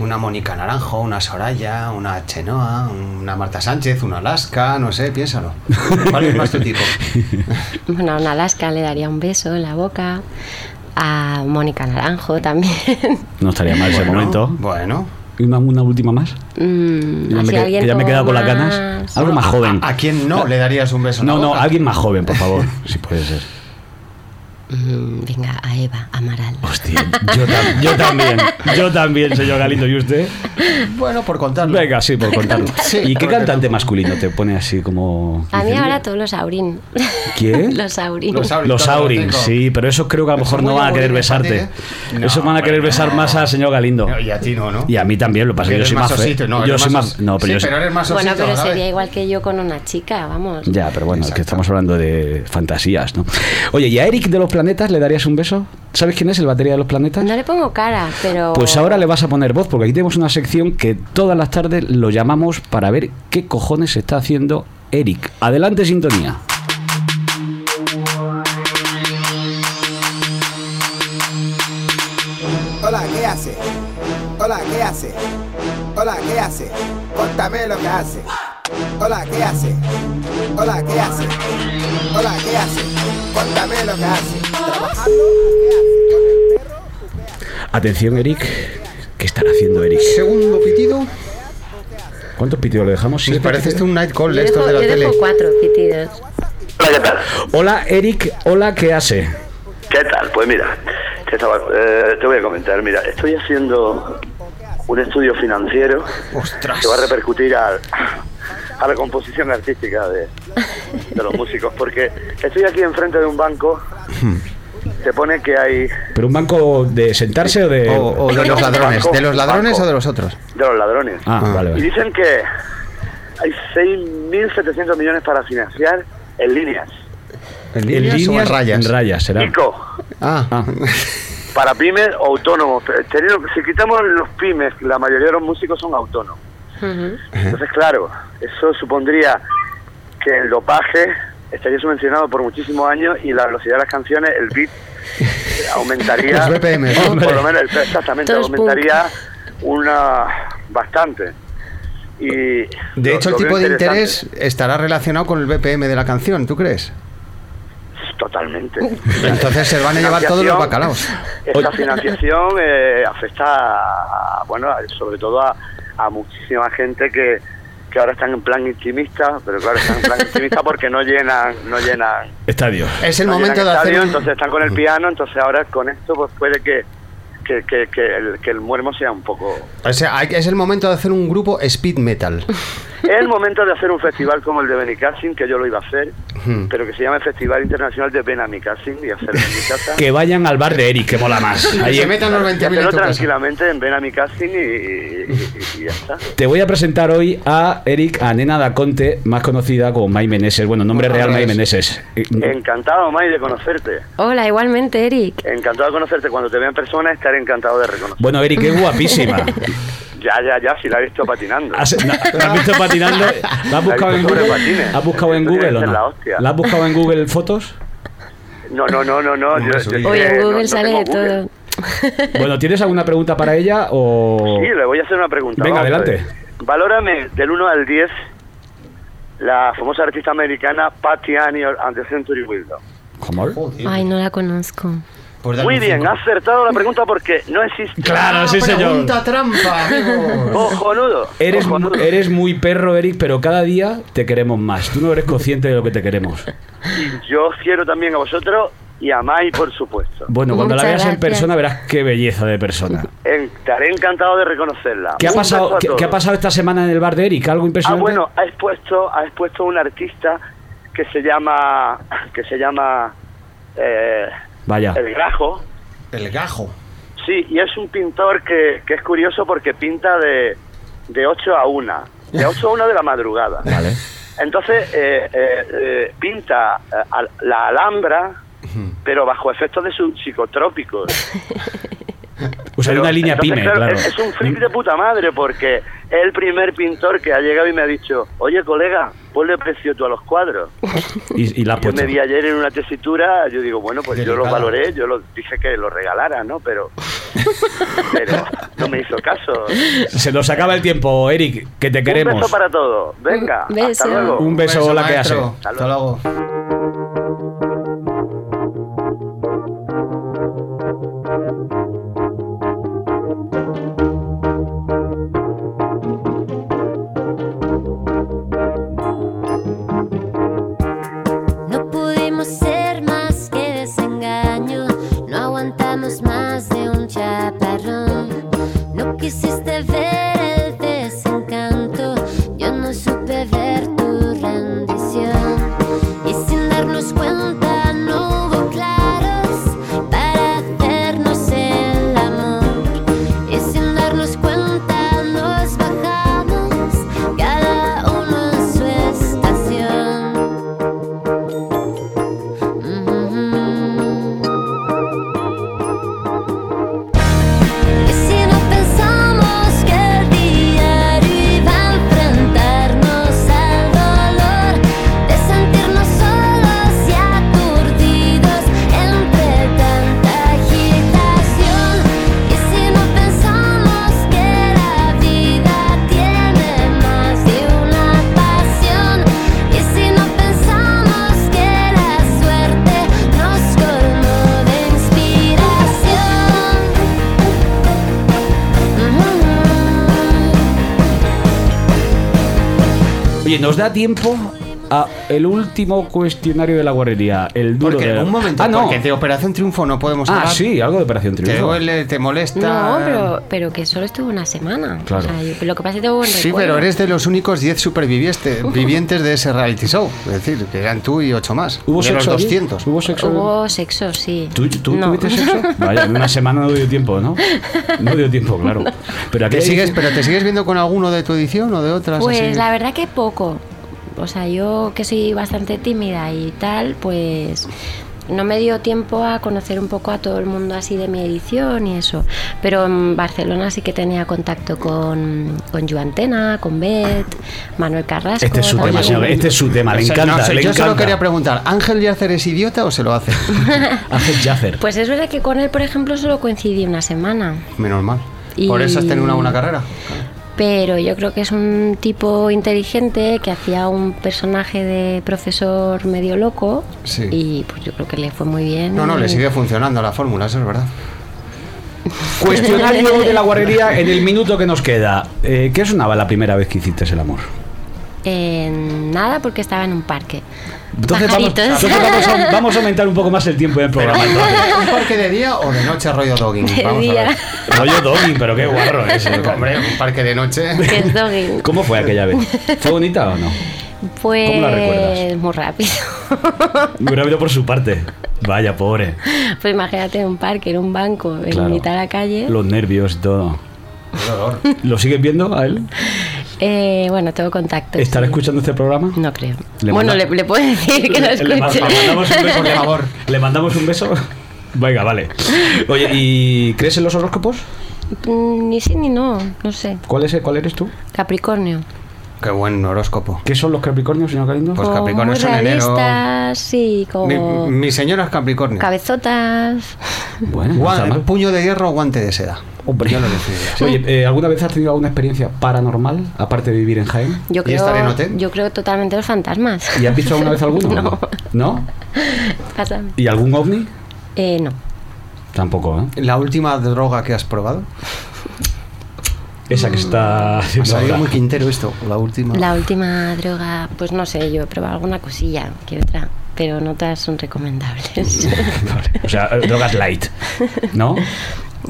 Una Mónica Naranjo, una Soraya, una Chenoa, una Marta Sánchez, una Alaska, no sé, piénsalo. ¿Cuál es más tu tipo?
Bueno, a una Alaska le daría un beso en la boca. A Mónica Naranjo también.
No estaría mal ese
Bueno,
momento.
Bueno.
¿Y una, una última más?
Mm,
Ya me
así
que-
alguien
que ya me he
como
quedado con las
más-
ganas. Algo más joven.
¿A quién no le darías un beso? en
No,
la
no,
boca?
alguien más joven, por favor. Si puede ser.
Mm, venga, a Eva, Amaral.
Hostia, yo, tam- yo también. Yo también, señor Galindo. ¿Y usted?
Bueno, por contarlo.
Venga, sí, por contarlo.
Sí,
¿Y qué
porque
cantante masculino te pone así como.?
A mí
dice,
ahora todos los Aurín.
¿Quién?
Los Aurín.
Los Aurín.
Los
Todos los
Aurin,
tengo.
sí, pero esos creo que a lo
Pero
mejor
son
no
muy
van a querer
aburridos para ti,
besarte.
¿eh? No,
Esos van a querer
hombre,
besar
no.
más a señor Galindo.
No, y a ti no, ¿no?
Y a mí también, lo que pasa es que yo
Eres
soy más fe.
osito, no,
yo
eres
soy
más
más.
os-
No, pero
sí,
yo soy-
pero eres más
Bueno,
osito,
pero
¿sabes?
sería igual que yo con una chica, vamos.
Ya, pero bueno, es que
Exacto.
estamos hablando de fantasías, ¿no? Oye, ¿y a Eric de los planetas le darías un beso? ¿Sabes quién es el batería de los planetas?
No le pongo cara, pero.
Pues ahora le vas a poner voz, porque aquí tenemos una sección que todas las tardes lo llamamos para ver qué cojones está haciendo Eric. Adelante, sintonía.
Hola, ¿qué hace? Hola, ¿qué hace? Hola, ¿qué hace? Contame lo que hace. Hola, ¿qué hace? Hola, ¿qué hace? Hola, ¿qué hace? Contame lo que hace. Trabajando, ¿qué hace? Con el perro,
Atención, Eric. ¿Qué estará haciendo Eric?
Segundo pitido.
¿Cuántos pitidos le dejamos?
Me
¿Siete?
parece este un night call
Yo
de estos
dejo,
de la
yo
tele.
dejo cuatro pitidos.
Hola, ¿qué tal?
Hola, Eric. Hola, ¿qué hace?
¿Qué tal? Pues mira, te, estaba- eh, te voy a comentar. Mira, estoy haciendo un estudio financiero
Ostras.
que va a repercutir al- a la composición artística de, de los músicos. Porque estoy aquí enfrente de un banco. Se pone que hay
¿Pero un banco de sentarse o de.?
O, o de los ladrones. ¿De los ladrones
Banco.
o de los otros?
de los ladrones.
Ah, vale,
Y
vale.
dicen que hay 6.700 millones para financiar en líneas.
¿En
En
líneas o en
líneas,
rayas?
En rayas, será.
Nico,
Ah,
Ah.
para pymes o autónomos. Pero teniendo- si quitamos los pymes, la mayoría de los músicos son autónomos. Entonces, claro, eso supondría que el dopaje estaría subvencionado por muchísimos años y la velocidad de las canciones, el beat, aumentaría.
Los BPM, ¿no?
Por lo menos, el- exactamente,
Todos
aumentaría una bastante. Y
de
lo-
hecho,
lo
el
veo
tipo de interés
interesante.
estará relacionado con el BPM de la canción, ¿tú crees?
Totalmente.
Entonces se van a llevar todos los bacalaos.
Esta financiación eh, afecta, a- bueno, sobre todo a, a muchísima gente que que ahora están en plan intimista, pero claro, están en plan intimista porque no llenan, no llenan.
Estadio.
Es el
no
momento
llenan
de hacer
estadio,
un-
Entonces están con el piano, entonces ahora con esto pues puede que, que, que, que el, que el muermo sea un poco...
O sea, hay- es el momento de hacer un grupo speed metal.
Es el momento de hacer un festival como el de Benicassin, que yo lo iba a hacer,
Hmm.
pero que se llama Festival Internacional de Benamicassin y hacerlo en mi casa.
Que vayan al bar de Eric, que mola más. Ahí-
Y hacerlo tranquilamente en Benamicassin y, y, y- y ya está.
Te voy a presentar hoy a Eric, a Nena Daconte, más conocida como May Meneses. Bueno, nombre
Buenos
real May
días.
Meneses.
Encantado, May, de conocerte.
Hola, igualmente, Eric.
Encantado de conocerte. Cuando te vea en persona estaré encantado de reconocer.
Bueno, Eric, es guapísima.
Ya, ya, ya, si la he visto patinando.
¿Has, la- la has visto patinando? ¿La has
La he
buscado en
visto sobre
Google?
patines.
¿Has buscado en
Esto
Google
tiene que
o
ser la
no?
hostia.
¿La has buscado en Google fotos?
No, no, no, no, no. Yo, yo-
Hoy
eh,
en
no-
Google
no
sale
tengo
de
Google.
todo.
Bueno, ¿tienes alguna pregunta para ella o...?
Sí, le voy a hacer una pregunta.
Venga,
vamos a
adelante.
ver. Valórame del 1 al 10 la famosa artista americana Patty Annie and the Century Window. Oh,
Ay, no la conozco.
Pues
Muy bien, ha acertado la pregunta porque no existe.
Claro, sí, señor.
trampa,
Cojonudo.
Eres, eh. eres muy perro, Eric, pero cada día te queremos más. Tú no eres consciente de lo que te queremos.
Yo quiero también a vosotros y a Mai, por supuesto.
Bueno, cuando la veas
Muchas
en
gracias.
persona verás qué belleza de persona.
Estaré encantado de reconocerla.
¿Qué ha,
Un beso
pasado,
a
qué,
todos.
qué ha pasado esta semana en el bar de Eric? ¿Algo
Ah,
impresionante?
bueno, ha expuesto, ha expuesto un artista que se llama, que se llama eh,
Vaya.
El Grajo.
El gajo.
Sí, y es un pintor que, que es curioso porque pinta de, de 8 a 1, de 8 a 1 de la madrugada.
Vale.
Entonces eh, eh, eh, pinta eh, al- la Alhambra, pero bajo efectos de sus psicotrópicos.
O sea, hay una línea
Entonces,
pyme,
claro,
claro.
Es, es un freak de puta madre porque es el primer pintor que ha llegado y me ha dicho, oye colega, ponle precio tú a los cuadros.
Y, y la has
Yo
puesto.
me vi ayer en una tesitura, yo digo, bueno, pues yo los
Delicada.
valoré, yo los dije que los regalara, ¿no? Pero, pero no me hizo caso.
Se nos acaba el tiempo, Eric, que te
Un
queremos.
beso para todos. Venga,
Un beso.
hasta
Un
luego.
beso, Un beso, hola, ¿qué maestro. hace?
Hasta luego.
No pudimos ser más que desengaño, no aguantamos más de un chaparrón. No quisiste ver el desencanto, yo no supe ver tu rendición. Y sin darnos cuenta no hubo claros para hacernos el amor. Y sin darnos cuenta nos bajamos, cada uno en su estación. Mm-hmm. Y si no pensamos que el diario iba a enfrentarnos al dolor de sentirnos solos y aturdidos entre tanta agitación. Y si no pensamos que la vida tiene más de una pasión. Y si no pensamos que la suerte nos colmó de inspiración.
Oye, nos da tiempo a el último cuestionario de la guarrería, el duro
Porque
de...
un momento,
Ah, no.
porque de Operación Triunfo no podemos
Ah,
hablar.
sí, algo de Operación
¿Te
Triunfo.
duele? ¿Te molesta?
No, pero, pero que solo estuvo una semana.
Claro.
O sea, yo- lo que pasa es que tengo buen
Sí,
recuerdo.
pero eres de los únicos 10 supervivientes vivientes de ese reality show. Es decir, que eran tú y 8 más.
¿Hubo
de
sexo
los
allí?
200.
¿Hubo sexo?
Hubo sexo, sí.
¿Tú, tú
No.
tuviste sexo? Vaya, en una semana no dio tiempo, ¿no? No dio tiempo, claro. Pero aquí
¿Te sigues, ¿Pero te sigues viendo con alguno de tu edición o de otras?
Pues
así?
la verdad que poco. O sea, yo que soy bastante tímida y tal, pues no me dio tiempo a conocer un poco a todo el mundo así de mi edición y eso. Pero en Barcelona sí que tenía contacto con, con Joan Tena, con Bet, Manuel Carrasco.
Este es su
también.
tema, señor, este es su tema, le
O sea,
encanta,
no sé,
le
yo solo
encanta.
quería preguntar, ¿Ángel Yacer es idiota o se lo hace?
Haces Jaffer.
Pues es verdad que con él, por ejemplo, solo coincidí una semana.
Menos mal.
Y-
Por eso has tenido una buena carrera.
pero yo creo que es un tipo inteligente que hacía un personaje de profesor medio loco
Sí.
y pues yo creo que le fue muy bien.
No, no, le
Y-
sigue funcionando la fórmula, eso es verdad.
Cuestionario de la guarrería en el minuto que nos queda. Eh, ¿Qué sonaba la primera vez que hiciste el amor?
En nada, porque estaba en un parque.
Entonces, vamos,
Pajaritos.
entonces vamos a, vamos a aumentar un poco más el tiempo del programa. entonces.
¿Un parque de día o de noche rollo dogging?
De
Vamos
día.
a ver.
Rollo dogging, pero qué guarro es. eh,
Hombre, un parque de noche.
que es dogging.
¿Cómo fue aquella vez? ¿Fue bonita o no?
Pues
¿Cómo la recuerdas?
muy rápido.
Muy rápido por su parte. Vaya, pobre.
Pues imagínate un parque, en un banco, en
Claro.
mitad de la calle.
Los nervios y todo. ¿Lo sigues viendo a él?
Eh, bueno, tengo contacto.
¿Estará escuchando este programa?
No creo.
Le
bueno,
manda-
le, le puedo decir que no escuche.
Le, ma- le mandamos un beso, por favor. ¿Le mandamos un beso? Venga, vale. Oye, ¿y crees en los horóscopos?
Mm, Ni sí ni no, no sé.
¿Cuál, es, ¿Cuál eres tú?
Capricornio.
Qué buen horóscopo.
¿Qué son los Capricornios, señor Calindo?
Pues
Como
Capricornio
muy
son enero.
realistas, sí,
Mi,
como
mi señora es Capricornio.
cabezotas.
Bueno, no
Guan-
está mal.
puño de hierro o guante de seda.
Hombre.
Yo lo decidiría.
Oye, eh, ¿alguna vez has tenido alguna experiencia paranormal, aparte de vivir en Jaén?
Yo
¿Y estar en
creo,
hotel?
yo creo totalmente los fantasmas.
¿Y has visto alguna vez alguno?
No.
¿No?
Pasan.
¿Y algún ovni?
Eh, no.
Tampoco, ¿eh?
¿La última droga que has probado?
Esa que está...
Ha salido
ahora.
muy quintero esto, la última.
Ah.
La última droga, pues no sé, yo he probado alguna cosilla que otra, pero no todas son recomendables.
O sea, eh, drogas light, ¿no?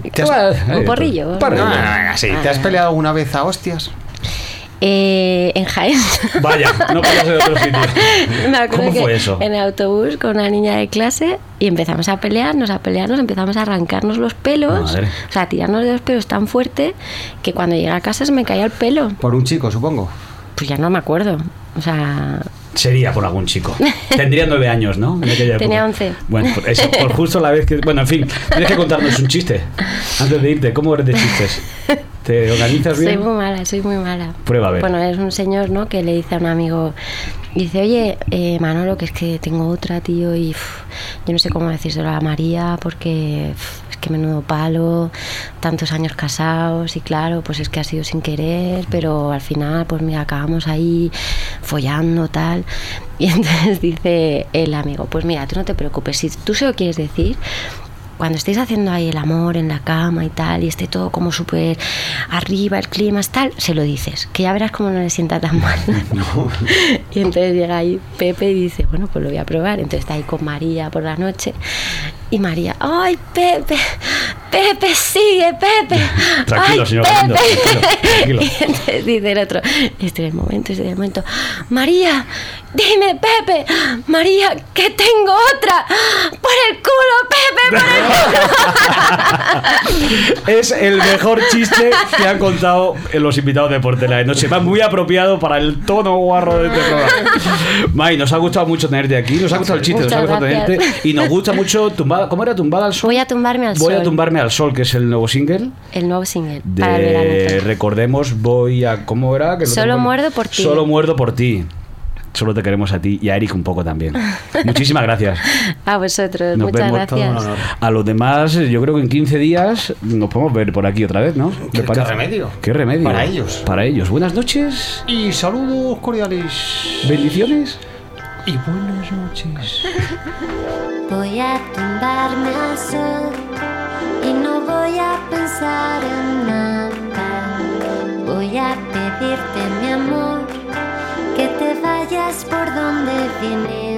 Eh,
¿Te has-
Un porrillo. Ah.
Par-
No, no, no, no, sí. ¿Te has peleado alguna vez a hostias?
Eh, en Jaén.
Vaya, no puedo ser de otro sitio.
Me acuerdo
¿Cómo
que
fue eso?
En el autobús con una niña de clase y empezamos a pelearnos, a pelearnos, empezamos a arrancarnos los pelos,
Madre.
o sea, a tirarnos de los pelos tan fuerte que cuando llegué a casa se me caía el pelo.
Por un chico, supongo.
Pues ya no me acuerdo. O sea,
Sería por algún chico. Tendría nueve años, ¿no? En aquella época.
Tenía once.
Bueno, por eso, por justo la vez que. Bueno, en fin, tienes que contarnos un chiste. Antes de irte, ¿cómo eres de chistes? ¿Te organizas
soy
bien?
muy mala, soy muy mala.
Prueba a ver.
Bueno, es un señor, ¿no? Que le dice a un amigo, dice, oye, eh, Manolo, que es que tengo otra, tío, y uf, yo no sé cómo decírselo a María, porque uf, es que menudo palo, tantos años casados, y claro, pues es que ha sido sin querer, pero al final, pues mira, acabamos ahí follando, tal. Y entonces dice el amigo, pues mira, tú no te preocupes, si tú se lo quieres decir, cuando estéis haciendo ahí el amor en la cama y tal, y esté todo como súper arriba, el clima es tal, se lo dices, que ya verás cómo no le sienta tan mal. Y entonces llega ahí Pepe y dice, bueno, pues lo voy a probar. Entonces está ahí con María por la noche. Y María, ¡ay, Pepe! ¡Pepe, sigue, Pepe!
Tranquilo,
¡Ay,
señor
Pepe!
Galindo, tranquilo, tranquilo.
Y entonces dice el otro, este es el momento, este es el momento, María, dime, Pepe, María, que tengo otra, por el culo, Pepe, por el culo.
Es el mejor chiste que han contado en los invitados de Portela de Noche. Va muy apropiado para el tono guarro de este programa. May, nos ha gustado mucho tenerte aquí. Nos ha gustado el chiste, nos ha
Muchas
gustado tenerte.
gracias.
Y nos gusta mucho Tumbada. ¿Cómo era Tumbada al Sol?
Voy a tumbarme al
Voy
sol.
a tumbarme al sol, que es el nuevo single.
El nuevo single. para el
De,
verano.
recordemos, voy a. ¿Cómo era? Que lo
Solo
tengo-
muerdo por ti.
Solo muerdo por ti. Solo te queremos a ti y a Eric un poco también. Muchísimas gracias.
A vosotros,
Nos
Pues muchas
vemos.
gracias.
A los demás, yo creo que en 15 días nos podemos ver por aquí otra vez, ¿no? ¿Le
¿Qué- qué
parece?
remedio?
¿Qué remedio?
Para ellos.
Para ellos. Buenas noches.
Y saludos cordiales.
Bendiciones.
Y buenas noches.
Voy a tumbarme al sol y no voy a pensar en nada. Voy a pedirte, mi amor, que te vayas por donde viniste.